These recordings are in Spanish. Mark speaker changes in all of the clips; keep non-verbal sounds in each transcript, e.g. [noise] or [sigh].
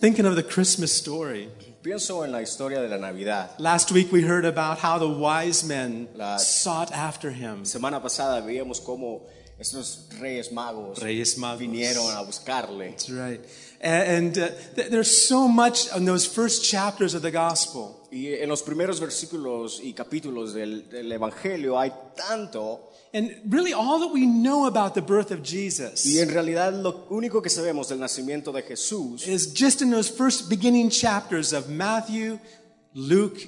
Speaker 1: Thinking of the Christmas story.
Speaker 2: Pienso en la historia de la Navidad.
Speaker 1: Last week we heard about how the wise men
Speaker 2: La-
Speaker 1: sought after him.
Speaker 2: Semana pasada veíamos cómo esos reyes magos
Speaker 1: Reyes Magos.
Speaker 2: vinieron a buscarle.
Speaker 1: That's right. And, and uh, th- there's so much in those first chapters of the gospel.
Speaker 2: Y en los primeros versículos y capítulos del, del Evangelio hay tanto,
Speaker 1: And really, all that we know about the birth of
Speaker 2: y
Speaker 1: Jesus
Speaker 2: en realidad lo único que sabemos del nacimiento de Jesús eh,
Speaker 1: is just in those first beginning chapters of Matthew, Luke,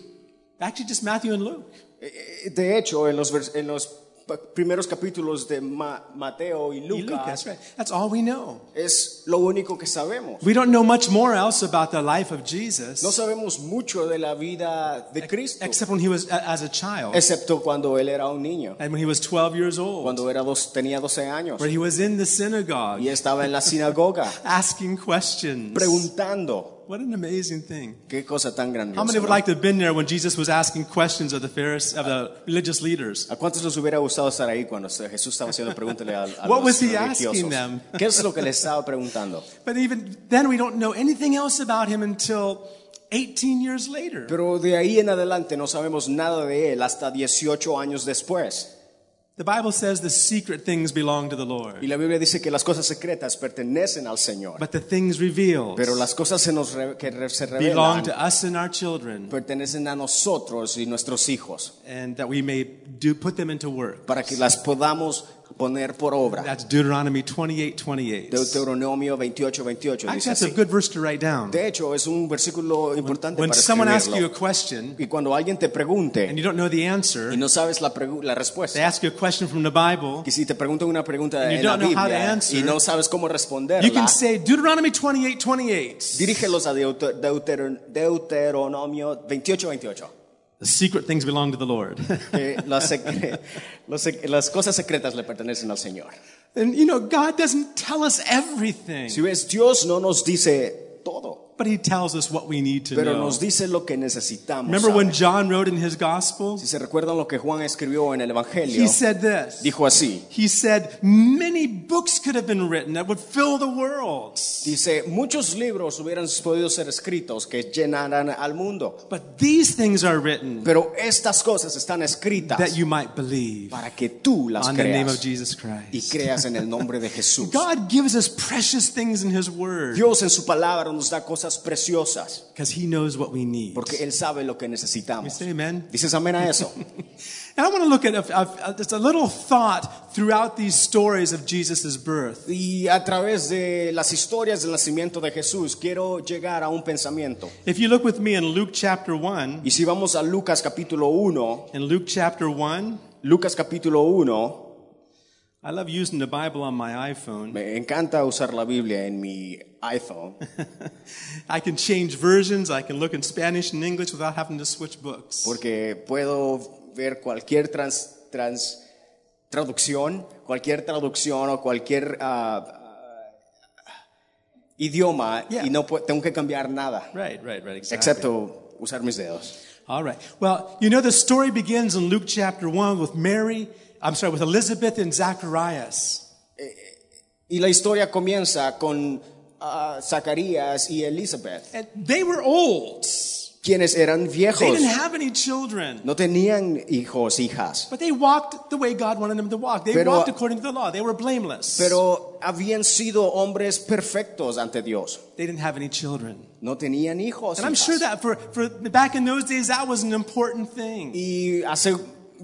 Speaker 1: actually, just Matthew and Luke.
Speaker 2: Eh, eh, De hecho, en los, vers- en los pa- primeros capítulos de Ma- Mateo y
Speaker 1: Luke,
Speaker 2: Lucas
Speaker 1: that's right. That's all we know.
Speaker 2: es lo único que sabemos.
Speaker 1: We don't know much more else about the life of Jesus,
Speaker 2: No sabemos mucho de la vida de Cristo,
Speaker 1: except when he was a- as a child
Speaker 2: excepto cuando él era un niño,
Speaker 1: and when he was 12 years old,
Speaker 2: cuando era dos, tenía 12 años
Speaker 1: where he was in the synagogue
Speaker 2: y estaba en
Speaker 1: [laughs]
Speaker 2: la sinagoga
Speaker 1: asking questions.
Speaker 2: preguntando.
Speaker 1: What an amazing thing.
Speaker 2: Qué cosa tan
Speaker 1: How
Speaker 2: grandiosa.
Speaker 1: many would
Speaker 2: ¿no?
Speaker 1: like to have been there when Jesus was asking questions of the Pharisees, of the religious leaders?
Speaker 2: ¿A cuántos les hubiera gustado estar ahí cuando Jesús estaba haciendo pregúntale a, a
Speaker 1: [laughs] What
Speaker 2: los
Speaker 1: was he
Speaker 2: religiosos?
Speaker 1: asking them? [laughs]
Speaker 2: ¿Qué es lo que les estaba preguntando?
Speaker 1: But even then, we don't know anything else about him until 18 years later.
Speaker 2: Pero de ahí en adelante no sabemos nada de él hasta 18 años después.
Speaker 1: The Bible says the secret things belong to the
Speaker 2: Y
Speaker 1: Lord,
Speaker 2: la Biblia dice que las cosas secretas pertenecen al Señor,
Speaker 1: but the things revealed
Speaker 2: pero las cosas se nos re- que re- se revelan
Speaker 1: belong to us and our children,
Speaker 2: pertenecen a nosotros y nuestros hijos
Speaker 1: and that we may do put them into work.
Speaker 2: para que las podamos poner por obra.
Speaker 1: That's Deuteronomy 28 28. Actually,
Speaker 2: Deuteronomio 28, 28 dice
Speaker 1: that's a
Speaker 2: así.
Speaker 1: good verse to write down.
Speaker 2: De hecho, es un versículo importante
Speaker 1: When
Speaker 2: para
Speaker 1: someone asks you a
Speaker 2: escribirlo.
Speaker 1: question
Speaker 2: Y cuando alguien te
Speaker 1: and
Speaker 2: pregunte
Speaker 1: you don't know the
Speaker 2: y
Speaker 1: answer,
Speaker 2: no sabes la, pregu- la
Speaker 1: they
Speaker 2: respuesta,
Speaker 1: ask you a question from the Bible.
Speaker 2: que si te preguntan una pregunta
Speaker 1: And you
Speaker 2: en la
Speaker 1: don't know how to
Speaker 2: Biblia
Speaker 1: answer,
Speaker 2: y no sabes cómo
Speaker 1: You can
Speaker 2: responderla,
Speaker 1: say Deuteronomy 28 28.
Speaker 2: dirígelos a Deuter- Deuter- Deuteronomio 28, 28.
Speaker 1: The secret things belong to the Lord.
Speaker 2: [laughs] Eh, las, secre- los sec- [laughs] las cosas secretas le pertenecen al Señor.
Speaker 1: [laughs] and you know, God doesn't tell us everything,
Speaker 2: Si ves, Dios no nos dice todo,
Speaker 1: but He tells us what we need to
Speaker 2: pero
Speaker 1: know.
Speaker 2: nos dice lo que necesitamos.
Speaker 1: Remember
Speaker 2: saber.
Speaker 1: when John wrote in his gospel?
Speaker 2: si se recuerdan lo que Juan escribió en el Evangelio,
Speaker 1: He said this.
Speaker 2: dijo así.
Speaker 1: He said, Many books could have been written that would fill the world,
Speaker 2: Dice, muchos libros hubieran podido ser escritos que llenaran al mundo,
Speaker 1: but these things are written
Speaker 2: pero estas cosas están
Speaker 1: that
Speaker 2: escritas
Speaker 1: you might believe
Speaker 2: para que tú las
Speaker 1: on the name of
Speaker 2: creas
Speaker 1: Jesus
Speaker 2: y
Speaker 1: Christ.
Speaker 2: creas en el nombre de Jesús.
Speaker 1: God gives us precious things in His Word
Speaker 2: Dios en su palabra nos da cosas preciosas
Speaker 1: because He knows what we need.
Speaker 2: porque Él sabe lo que
Speaker 1: We
Speaker 2: necesitamos.
Speaker 1: say amen.
Speaker 2: Dices amén
Speaker 1: [laughs]
Speaker 2: a eso.
Speaker 1: And I want to look at a, a, a- just a little thought throughout these stories of Jesus' birth.
Speaker 2: Y a través de las historias del nacimiento de Jesús, quiero llegar a un pensamiento.
Speaker 1: If you look with me in Luke chapter 1,
Speaker 2: Y si vamos a Lucas capítulo 1,
Speaker 1: in Luke chapter 1,
Speaker 2: Lucas capítulo 1,
Speaker 1: I love using the Bible on my iPhone.
Speaker 2: me encanta usar la Biblia en mi iPhone.
Speaker 1: I can change versions, I can look in Spanish and English without having to switch books.
Speaker 2: Porque puedo ver cualquier trans, trans- traducción, cualquier traducción o cualquier ah, ah, idioma
Speaker 1: Yeah.
Speaker 2: y no pu- tengo que cambiar nada,
Speaker 1: Right, right, right, exactly.
Speaker 2: excepto usar mis dedos.
Speaker 1: All right. Well, you know, the story begins in Luke chapter 1 with Mary, I'm sorry, with Elizabeth and Zacharias.
Speaker 2: Y la historia comienza con ah, Zacarías y Elizabeth.
Speaker 1: And they were old,
Speaker 2: quienes eran
Speaker 1: they
Speaker 2: viejos
Speaker 1: didn't have any children.
Speaker 2: no tenían hijos, hijas,
Speaker 1: But they walked the way God wanted them to walk. They
Speaker 2: Pero-
Speaker 1: walked according to the law. They were blameless.
Speaker 2: pero habían sido hombres perfectos ante Dios.
Speaker 1: they didn't have any children.
Speaker 2: No tenían hijos.
Speaker 1: And I'm
Speaker 2: hijas.
Speaker 1: sure that for, for back in those days, that was an important thing.
Speaker 2: Y hace,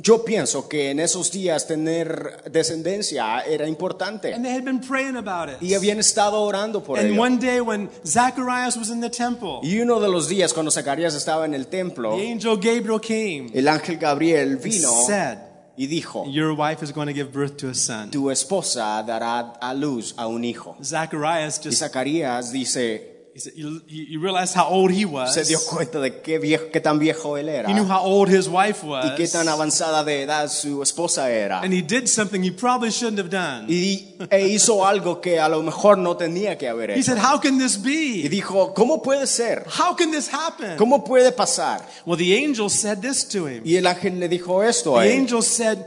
Speaker 2: yo pienso que en esos días tener descendencia era importante
Speaker 1: And they had been praying about it.
Speaker 2: y habían estado orando por
Speaker 1: And
Speaker 2: ello.
Speaker 1: one day when Zacharias was in the temple,
Speaker 2: Y uno de los días cuando Zacarías estaba en el templo,
Speaker 1: the angel Gabriel came
Speaker 2: el ángel Gabriel
Speaker 1: and
Speaker 2: vino
Speaker 1: said,
Speaker 2: y dijo,
Speaker 1: Your wife is going to give birth to a son.
Speaker 2: tu esposa dará a luz a un hijo.
Speaker 1: Zacharias
Speaker 2: Y
Speaker 1: just,
Speaker 2: Zacarías dice,
Speaker 1: he said, you, you you realize how old he was.
Speaker 2: se dio cuenta de qué, viejo, qué tan viejo él era.
Speaker 1: He knew how old his wife
Speaker 2: y qué
Speaker 1: was.
Speaker 2: tan avanzada de edad su esposa era.
Speaker 1: And he did something he probably shouldn't have done.
Speaker 2: Y, e hizo algo que a lo mejor no tenía que haber
Speaker 1: He
Speaker 2: hecho.
Speaker 1: said, How can this
Speaker 2: Y
Speaker 1: be?
Speaker 2: dijo, ¿cómo puede ser?
Speaker 1: How can this happen?
Speaker 2: ¿Cómo puede pasar?
Speaker 1: Well, the angel said this to him.
Speaker 2: Y el ángel le dijo esto
Speaker 1: The
Speaker 2: a él.
Speaker 1: angel said,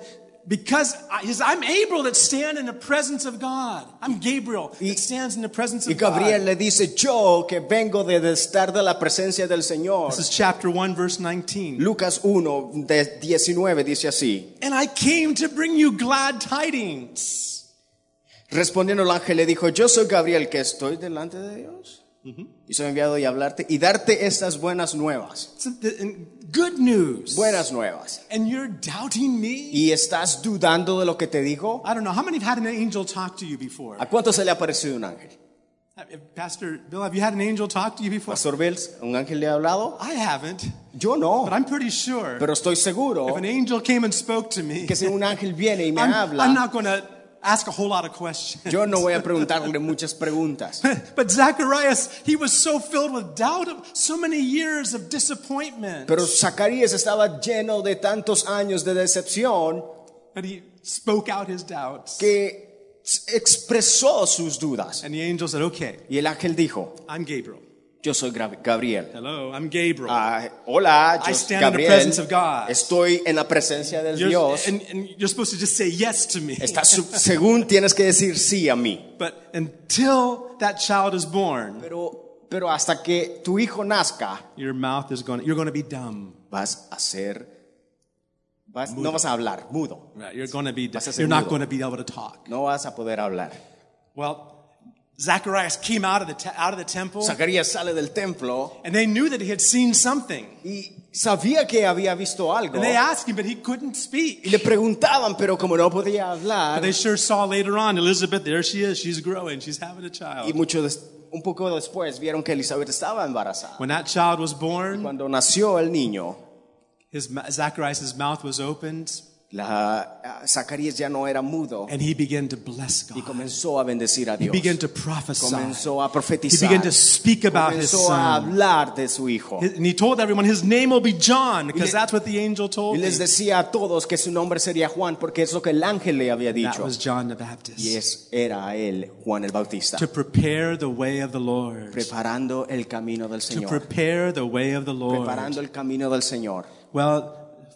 Speaker 1: because I, he says, I'm able to stand in the presence of God. I'm Gabriel
Speaker 2: Y-
Speaker 1: that stands in the presence
Speaker 2: Y
Speaker 1: of
Speaker 2: Gabriel
Speaker 1: God.
Speaker 2: le dice, yo que vengo de estar de la presencia del Señor.
Speaker 1: This is chapter 1, verse 19.
Speaker 2: Lucas 1, de 19 dice así.
Speaker 1: And I came to bring you glad tidings.
Speaker 2: Respondiendo el ángel le dijo, yo soy Gabriel que estoy delante de Dios. Y soy enviado a hablarte y darte estas buenas nuevas.
Speaker 1: It's the- and good news.
Speaker 2: Buenas nuevas.
Speaker 1: And you're doubting me?
Speaker 2: ¿Y estás dudando de lo que te digo?
Speaker 1: I don't know. How many have had an angel talk to you before?
Speaker 2: ¿A cuánto se le ha parecido un ángel?
Speaker 1: Pastor Bill, have you had an angel talk to you before?
Speaker 2: Pastor Bills, ¿un ángel le ha hablado?
Speaker 1: I haven't,
Speaker 2: Yo no,
Speaker 1: but I'm pretty sure
Speaker 2: pero estoy seguro
Speaker 1: if an angel came and spoke to me,
Speaker 2: que si un ángel viene y me
Speaker 1: I'm, I'm
Speaker 2: habla,
Speaker 1: not going to ask a whole lot of questions.
Speaker 2: yo no voy a preguntarle muchas preguntas.
Speaker 1: [laughs] But Zacharias, he was so filled with doubt of so many years of disappointment
Speaker 2: Pero Zacarías estaba lleno de tantos años de decepción
Speaker 1: that he spoke out his doubts.
Speaker 2: que expresó sus dudas.
Speaker 1: And the angel said, Okay,
Speaker 2: Y el ángel dijo,
Speaker 1: I'm Gabriel.
Speaker 2: yo soy Gra- Gabriel.
Speaker 1: Hello, I'm Gabriel.
Speaker 2: Ah, hola, yo
Speaker 1: I
Speaker 2: soy
Speaker 1: stand in the presence
Speaker 2: Gabriel.
Speaker 1: of God.
Speaker 2: Estoy en la presencia del
Speaker 1: You're-
Speaker 2: Dios.
Speaker 1: and, and you're supposed to just say yes to me.
Speaker 2: Estás su- según tienes que decir sí a mí.
Speaker 1: But until that child is born,
Speaker 2: Pero, pero hasta que tu hijo nazca,
Speaker 1: your mouth is going to, you're going to be dumb.
Speaker 2: vas a ser, vas- no vas a hablar, mudo.
Speaker 1: Right, you're going to be dumb.
Speaker 2: Vas a ser
Speaker 1: You're not
Speaker 2: mudo.
Speaker 1: going to be able to talk.
Speaker 2: No vas a poder hablar.
Speaker 1: Well, Zacharias came out of the te- out of the temple
Speaker 2: Zacarías sale del templo
Speaker 1: and they knew that he had seen something.
Speaker 2: y sabía que había visto algo.
Speaker 1: And they asked him but he couldn't speak.
Speaker 2: Y le preguntaban, pero como no podía
Speaker 1: But
Speaker 2: hablar,
Speaker 1: they sure saw later on Elizabeth, there she is, she's growing, she's having a
Speaker 2: y
Speaker 1: child.
Speaker 2: mucho des- un poco después vieron que Elizabeth estaba embarazada.
Speaker 1: When that child was born,
Speaker 2: Cuando nació el niño,
Speaker 1: his ma- Zacharias' mouth was opened
Speaker 2: la, ah, Zacarías ya no era mudo
Speaker 1: and he began to bless
Speaker 2: y
Speaker 1: God.
Speaker 2: comenzó a bendecir a
Speaker 1: He began
Speaker 2: Dios.
Speaker 1: to prophesy.
Speaker 2: Comenzó a
Speaker 1: He
Speaker 2: profetizar.
Speaker 1: began to speak about his
Speaker 2: Comenzó a
Speaker 1: son.
Speaker 2: hablar de su hijo.
Speaker 1: His- And he told everyone his name will be John
Speaker 2: Y
Speaker 1: because
Speaker 2: le-
Speaker 1: that's what the angel told
Speaker 2: Y les
Speaker 1: me.
Speaker 2: decía a todos que su nombre sería Juan porque es lo que el ángel le había
Speaker 1: That
Speaker 2: dicho.
Speaker 1: was John the Baptist.
Speaker 2: Y es, era él Juan el Bautista,
Speaker 1: To prepare the way of the Lord.
Speaker 2: preparando el camino del
Speaker 1: To
Speaker 2: Señor.
Speaker 1: prepare the way of the Lord.
Speaker 2: Preparando el camino del Señor.
Speaker 1: Well,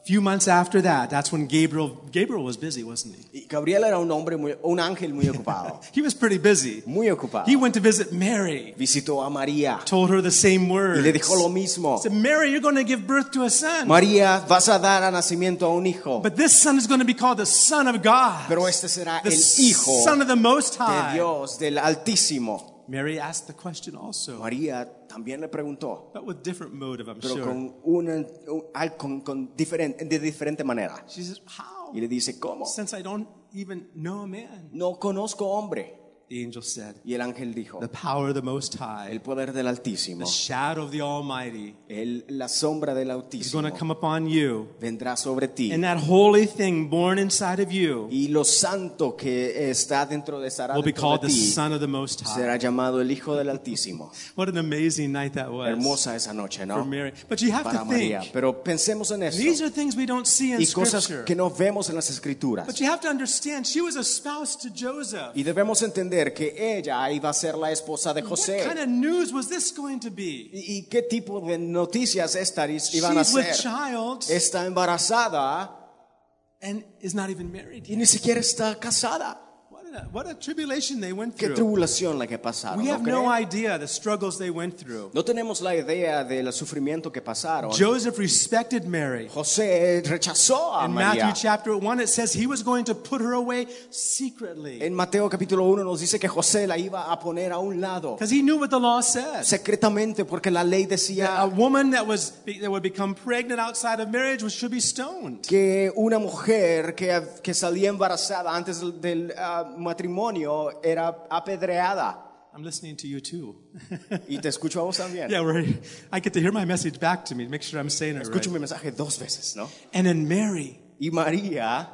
Speaker 1: a few months after that, that's when Gabriel Gabriel was busy, wasn't he?
Speaker 2: Y Gabriel era un hombre, muy, un ángel muy
Speaker 1: [laughs]
Speaker 2: ocupado.
Speaker 1: He was pretty busy.
Speaker 2: Muy ocupado.
Speaker 1: He went to visit Mary,
Speaker 2: Visitó a María
Speaker 1: told her the same
Speaker 2: y
Speaker 1: words.
Speaker 2: le dijo lo mismo.
Speaker 1: said, Mary, you're going to give birth to a son.
Speaker 2: María, vas a dar a nacimiento a un hijo,
Speaker 1: But this son is going to be called the Son of God.
Speaker 2: pero este será
Speaker 1: the
Speaker 2: el hijo
Speaker 1: Son of the Most
Speaker 2: de
Speaker 1: High.
Speaker 2: Dios, del Altísimo.
Speaker 1: Mary asked the question also,
Speaker 2: María también le preguntó,
Speaker 1: but with different motive, I'm
Speaker 2: pero
Speaker 1: sure.
Speaker 2: con una, un- al- con, con diferente, de diferente manera.
Speaker 1: She says, How?
Speaker 2: Y le dice, ¿cómo?
Speaker 1: Since I don't even know a man.
Speaker 2: No conozco hombre.
Speaker 1: The angel said,
Speaker 2: Y el ángel dijo,
Speaker 1: The power of the Most High,
Speaker 2: el poder del
Speaker 1: the
Speaker 2: Altísimo,
Speaker 1: shadow of the Almighty
Speaker 2: el- la sombra del
Speaker 1: is going to
Speaker 2: Altísimo
Speaker 1: come upon you.
Speaker 2: vendrá sobre ti.
Speaker 1: And that holy thing born inside of you
Speaker 2: Y lo santo que está dentro de estará
Speaker 1: will be
Speaker 2: dentro
Speaker 1: called
Speaker 2: de
Speaker 1: the
Speaker 2: ti
Speaker 1: Son of the Most High.
Speaker 2: será llamado el Hijo del Altísimo.
Speaker 1: What an amazing night that was
Speaker 2: Hermosa esa noche,
Speaker 1: for
Speaker 2: ¿no?
Speaker 1: Mary. But you have
Speaker 2: Para
Speaker 1: to
Speaker 2: María.
Speaker 1: think,
Speaker 2: Pero pensemos en
Speaker 1: these
Speaker 2: eso.
Speaker 1: are things we don't see in
Speaker 2: Y cosas
Speaker 1: Scripture.
Speaker 2: que no vemos en las Escrituras.
Speaker 1: But you have to understand, she was a spouse to Joseph.
Speaker 2: Y debemos entender que ella iba a ser la esposa de
Speaker 1: What kind
Speaker 2: José.
Speaker 1: of news was this going to be?
Speaker 2: ¿Y y qué tipo de noticias estas iban a
Speaker 1: She's with
Speaker 2: ser?
Speaker 1: child
Speaker 2: Está embarazada
Speaker 1: and is not even married
Speaker 2: y
Speaker 1: yet.
Speaker 2: ni siquiera está casada.
Speaker 1: What a, what a tribulation they went
Speaker 2: Qué
Speaker 1: through.
Speaker 2: tribulación la que pasaron.
Speaker 1: We
Speaker 2: ¿no,
Speaker 1: have no
Speaker 2: creen?
Speaker 1: idea the struggles they went through.
Speaker 2: No tenemos la idea del sufrimiento que pasaron.
Speaker 1: Joseph respected Mary.
Speaker 2: José rechazó a
Speaker 1: In
Speaker 2: María.
Speaker 1: Matthew chapter 1, it says he was going to put her away secretly
Speaker 2: En Mateo capítulo 1 nos dice que José la iba a poner a un lado
Speaker 1: because he knew what the law says.
Speaker 2: secretamente porque la ley decía
Speaker 1: A woman that was that would become pregnant outside of marriage was, should be stoned.
Speaker 2: que una mujer que, que salía embarazada antes del, del, ah, matrimonio era apedreada.
Speaker 1: I'm listening to you too. [laughs]
Speaker 2: Y te escucho a vos también.
Speaker 1: yeah, right. I get to hear my message back to me to make sure I'm saying it right.
Speaker 2: Escucho mi mensaje dos veces, ¿no?
Speaker 1: And then Mary,
Speaker 2: Y María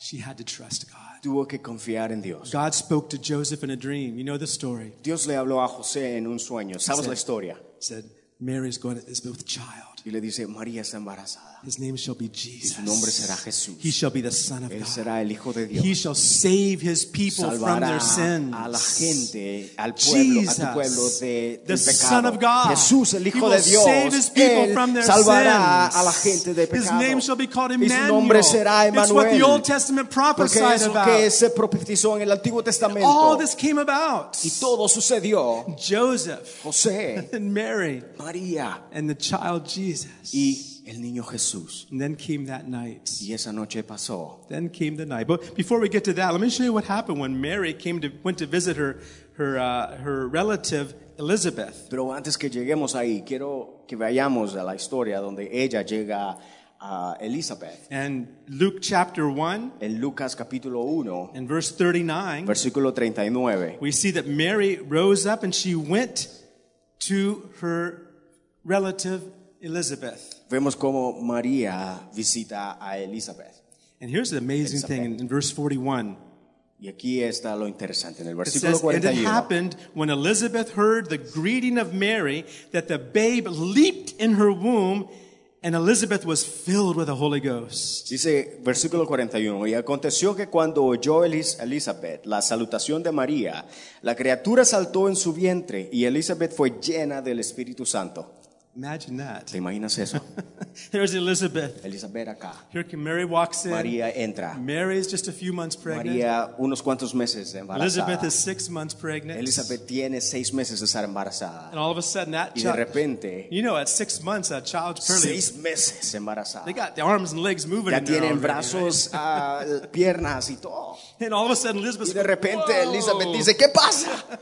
Speaker 1: she had to trust God.
Speaker 2: tuvo que confiar en Dios.
Speaker 1: God spoke to Joseph in a dream. You know the story.
Speaker 2: Dios le habló a José en un sueño. ¿Sabes la historia?
Speaker 1: He said, Mary's going to is with child. out.
Speaker 2: Y le dice, María está embarazada.
Speaker 1: His name shall be
Speaker 2: Su nombre
Speaker 1: Jesus.
Speaker 2: será Jesús.
Speaker 1: He shall be the Son of
Speaker 2: Él
Speaker 1: God.
Speaker 2: será el Hijo de
Speaker 1: He
Speaker 2: Dios.
Speaker 1: shall save his people from
Speaker 2: Salvará
Speaker 1: their sins.
Speaker 2: a la gente, al pueblo, a tu pueblo de,
Speaker 1: the
Speaker 2: del
Speaker 1: Son
Speaker 2: pecado.
Speaker 1: of God.
Speaker 2: Jesús, el
Speaker 1: He
Speaker 2: Hijo
Speaker 1: will
Speaker 2: de Dios,
Speaker 1: save his people
Speaker 2: Él
Speaker 1: from their
Speaker 2: salvará
Speaker 1: sins.
Speaker 2: a la gente de
Speaker 1: His
Speaker 2: pecado.
Speaker 1: name shall be called
Speaker 2: Y
Speaker 1: Emmanuel.
Speaker 2: su nombre será
Speaker 1: It's what the Old
Speaker 2: Emmanuel.
Speaker 1: Testament
Speaker 2: Porque
Speaker 1: prophesied
Speaker 2: es lo
Speaker 1: about.
Speaker 2: que se profetizó en el Antiguo
Speaker 1: All
Speaker 2: Testamento.
Speaker 1: this came about.
Speaker 2: Y todo sucedió.
Speaker 1: Joseph [laughs]
Speaker 2: José,
Speaker 1: and Mary
Speaker 2: María
Speaker 1: and the child Jesus.
Speaker 2: y el niño Jesús.
Speaker 1: And then came that night.
Speaker 2: Y esa noche pasó.
Speaker 1: Then came the night. But before we get to that, let me show you what happened when Mary came to went to visit her her uh, her relative Elizabeth.
Speaker 2: Pero antes que lleguemos ahí, quiero que vayamos a la historia donde ella llega a Elizabeth.
Speaker 1: And Luke chapter 1
Speaker 2: En Lucas capítulo 1,
Speaker 1: and verse 39,
Speaker 2: versículo 39.
Speaker 1: we see that Mary rose up and she went to her relative Elizabeth.
Speaker 2: Vemos cómo María visita a Elizabeth.
Speaker 1: And here's the amazing thing in, in verse 41.
Speaker 2: Y aquí está lo interesante, en el
Speaker 1: It
Speaker 2: versículo
Speaker 1: says, and it
Speaker 2: 41.
Speaker 1: happened when Elizabeth heard the greeting of Mary that the babe leaped in her womb, and Elizabeth was filled with the Holy Ghost.
Speaker 2: Dice versículo 41, y aconteció que cuando oyó Elis- Elizabeth la salutación de María, la criatura saltó en su vientre y Elizabeth fue llena del Espíritu Santo.
Speaker 1: Imagine that. [laughs]
Speaker 2: ¿Te imaginas eso?
Speaker 1: There's Elizabeth.
Speaker 2: Elizabeth acá.
Speaker 1: Here can- Mary walks in.
Speaker 2: María entra.
Speaker 1: Mary is just a few months pregnant.
Speaker 2: María unos cuantos meses de
Speaker 1: Elizabeth
Speaker 2: embarazada.
Speaker 1: is six months pregnant.
Speaker 2: Elizabeth tiene seis meses de estar embarazada.
Speaker 1: And all of a sudden, that
Speaker 2: Y de
Speaker 1: child,
Speaker 2: repente,
Speaker 1: you know, at six months, that child's pretty.
Speaker 2: seis meses embarazada.
Speaker 1: They got their arms and legs moving.
Speaker 2: Ya
Speaker 1: in there
Speaker 2: tienen
Speaker 1: already,
Speaker 2: brazos, ah, piernas y todo.
Speaker 1: right? And all of a sudden,
Speaker 2: Y
Speaker 1: Elizabeth.
Speaker 2: de repente
Speaker 1: "Whoa!"
Speaker 2: Elizabeth dice, ¿qué pasa?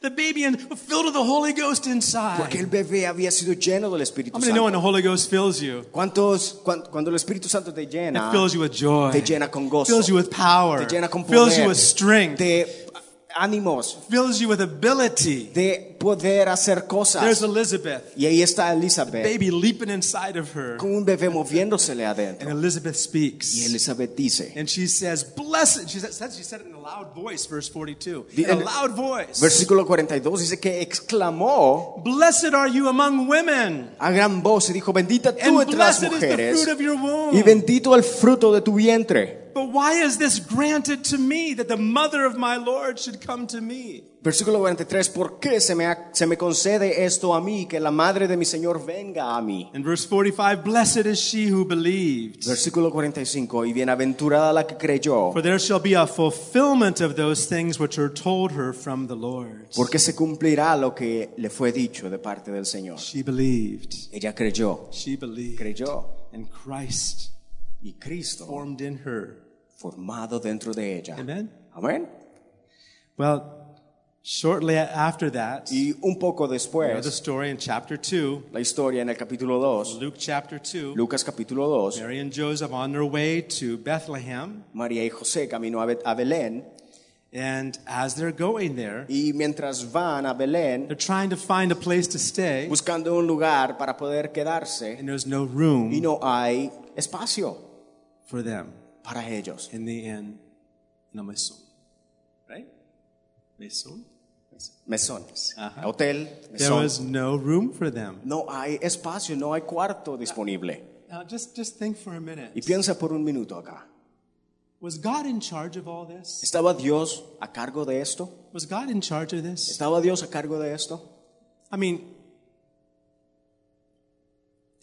Speaker 1: The baby and filled with the Holy Ghost inside.
Speaker 2: Porque el bebé había sido lleno del
Speaker 1: How
Speaker 2: Espíritu
Speaker 1: many know when
Speaker 2: Santo.
Speaker 1: the Holy Ghost fills you?
Speaker 2: ¿Cuántos, cuan- cuando el Espíritu Santo te
Speaker 1: It
Speaker 2: llena,
Speaker 1: fills you with joy.
Speaker 2: te llena con gozo,
Speaker 1: Fills you with power.
Speaker 2: te llena con
Speaker 1: Fills you
Speaker 2: poder,
Speaker 1: with strength.
Speaker 2: te ánimos,
Speaker 1: Fills you with ability.
Speaker 2: de poder hacer
Speaker 1: There's
Speaker 2: cosas?
Speaker 1: Elizabeth.
Speaker 2: Y ahí está Elizabeth,
Speaker 1: Baby leaping inside of her.
Speaker 2: con un bebé moviéndosele adentro.
Speaker 1: And Elizabeth speaks.
Speaker 2: Y Elizabeth dice,
Speaker 1: And she says, Blessed. She said, she said it in a loud voice, verse 42.
Speaker 2: The-
Speaker 1: in a loud voice.
Speaker 2: versículo 42 dice que exclamó
Speaker 1: blessed are you among women,
Speaker 2: a gran voz y dijo, bendita
Speaker 1: and
Speaker 2: tú entre las
Speaker 1: blessed is the
Speaker 2: mujeres
Speaker 1: fruit of your womb.
Speaker 2: y bendito el fruto de tu vientre.
Speaker 1: but why is this granted to me that the mother of my Lord should come to me?
Speaker 2: Versículo 43, ¿por qué se me, ha- se me concede esto a mí, que la madre de mi Señor venga a mí?
Speaker 1: And verse 45 Blessed is she who believed,
Speaker 2: Versículo 45, y bienaventurada la que creyó,
Speaker 1: for there shall be a fulfillment of those things which are told her from the Lord.
Speaker 2: porque se cumplirá lo que le fue dicho de parte del Señor.
Speaker 1: She believed.
Speaker 2: Ella creyó,
Speaker 1: She believed.
Speaker 2: creyó,
Speaker 1: And Christ
Speaker 2: y Cristo
Speaker 1: formed in her.
Speaker 2: formado dentro de ella.
Speaker 1: Amen.
Speaker 2: Amén.
Speaker 1: Well, shortly after that, you
Speaker 2: Y un poco
Speaker 1: know the
Speaker 2: después,
Speaker 1: story in chapter 2,
Speaker 2: la historia en el capítulo 2,
Speaker 1: Luke chapter 2,
Speaker 2: Lucas capítulo 2,
Speaker 1: Mary and Joseph on their way to Bethlehem.
Speaker 2: María y José caminó a Be- a Belén,
Speaker 1: And as they're going there,
Speaker 2: y mientras van a Belén,
Speaker 1: they're trying to find a place to stay,
Speaker 2: buscando un lugar para poder quedarse,
Speaker 1: and there's no
Speaker 2: y
Speaker 1: room
Speaker 2: no hay espacio
Speaker 1: for them
Speaker 2: para ellos.
Speaker 1: in the inn, in a maison. Right? Maison?
Speaker 2: Mesones,
Speaker 1: Ajá.
Speaker 2: hotel,
Speaker 1: There
Speaker 2: mesón.
Speaker 1: was no room for them.
Speaker 2: No hay espacio, no hay cuarto disponible.
Speaker 1: Now, just, just think for a minute.
Speaker 2: Y piensa por un minuto acá.
Speaker 1: Was God in charge of all this?
Speaker 2: ¿Estaba Dios a cargo de esto?
Speaker 1: Was God in charge of this?
Speaker 2: ¿Estaba Dios a cargo de esto?
Speaker 1: I mean,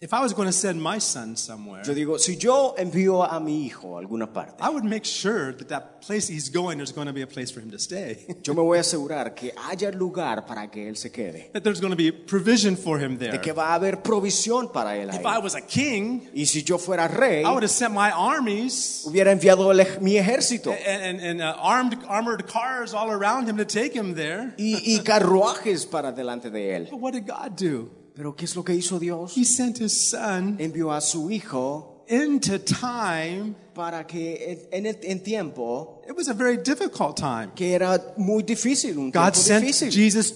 Speaker 1: if I was going to send my son somewhere,
Speaker 2: Yo digo, si yo envío a mi hijo a alguna parte,
Speaker 1: I would make sure that that place he's going, there's going to be a place for him to stay. [laughs]
Speaker 2: yo me voy a asegurar que haya lugar para que él se quede,
Speaker 1: that there's going to be provision for him there.
Speaker 2: de que va a haber provisión para él
Speaker 1: If I
Speaker 2: ahí.
Speaker 1: was a king,
Speaker 2: Y si yo fuera rey,
Speaker 1: I would have sent my armies
Speaker 2: hubiera enviado el ej- mi ejército
Speaker 1: and, and, and uh, armed, armored cars all around him to take him there.
Speaker 2: y, y carruajes para delante de él.
Speaker 1: But what did God do?
Speaker 2: Pero ¿qué es lo que hizo Dios?
Speaker 1: He sent his son
Speaker 2: envió a su hijo
Speaker 1: into time.
Speaker 2: para que en, en- en tiempo
Speaker 1: It was a very difficult time.
Speaker 2: que era muy difícil, un
Speaker 1: God
Speaker 2: tiempo
Speaker 1: sent
Speaker 2: difícil.
Speaker 1: Jesus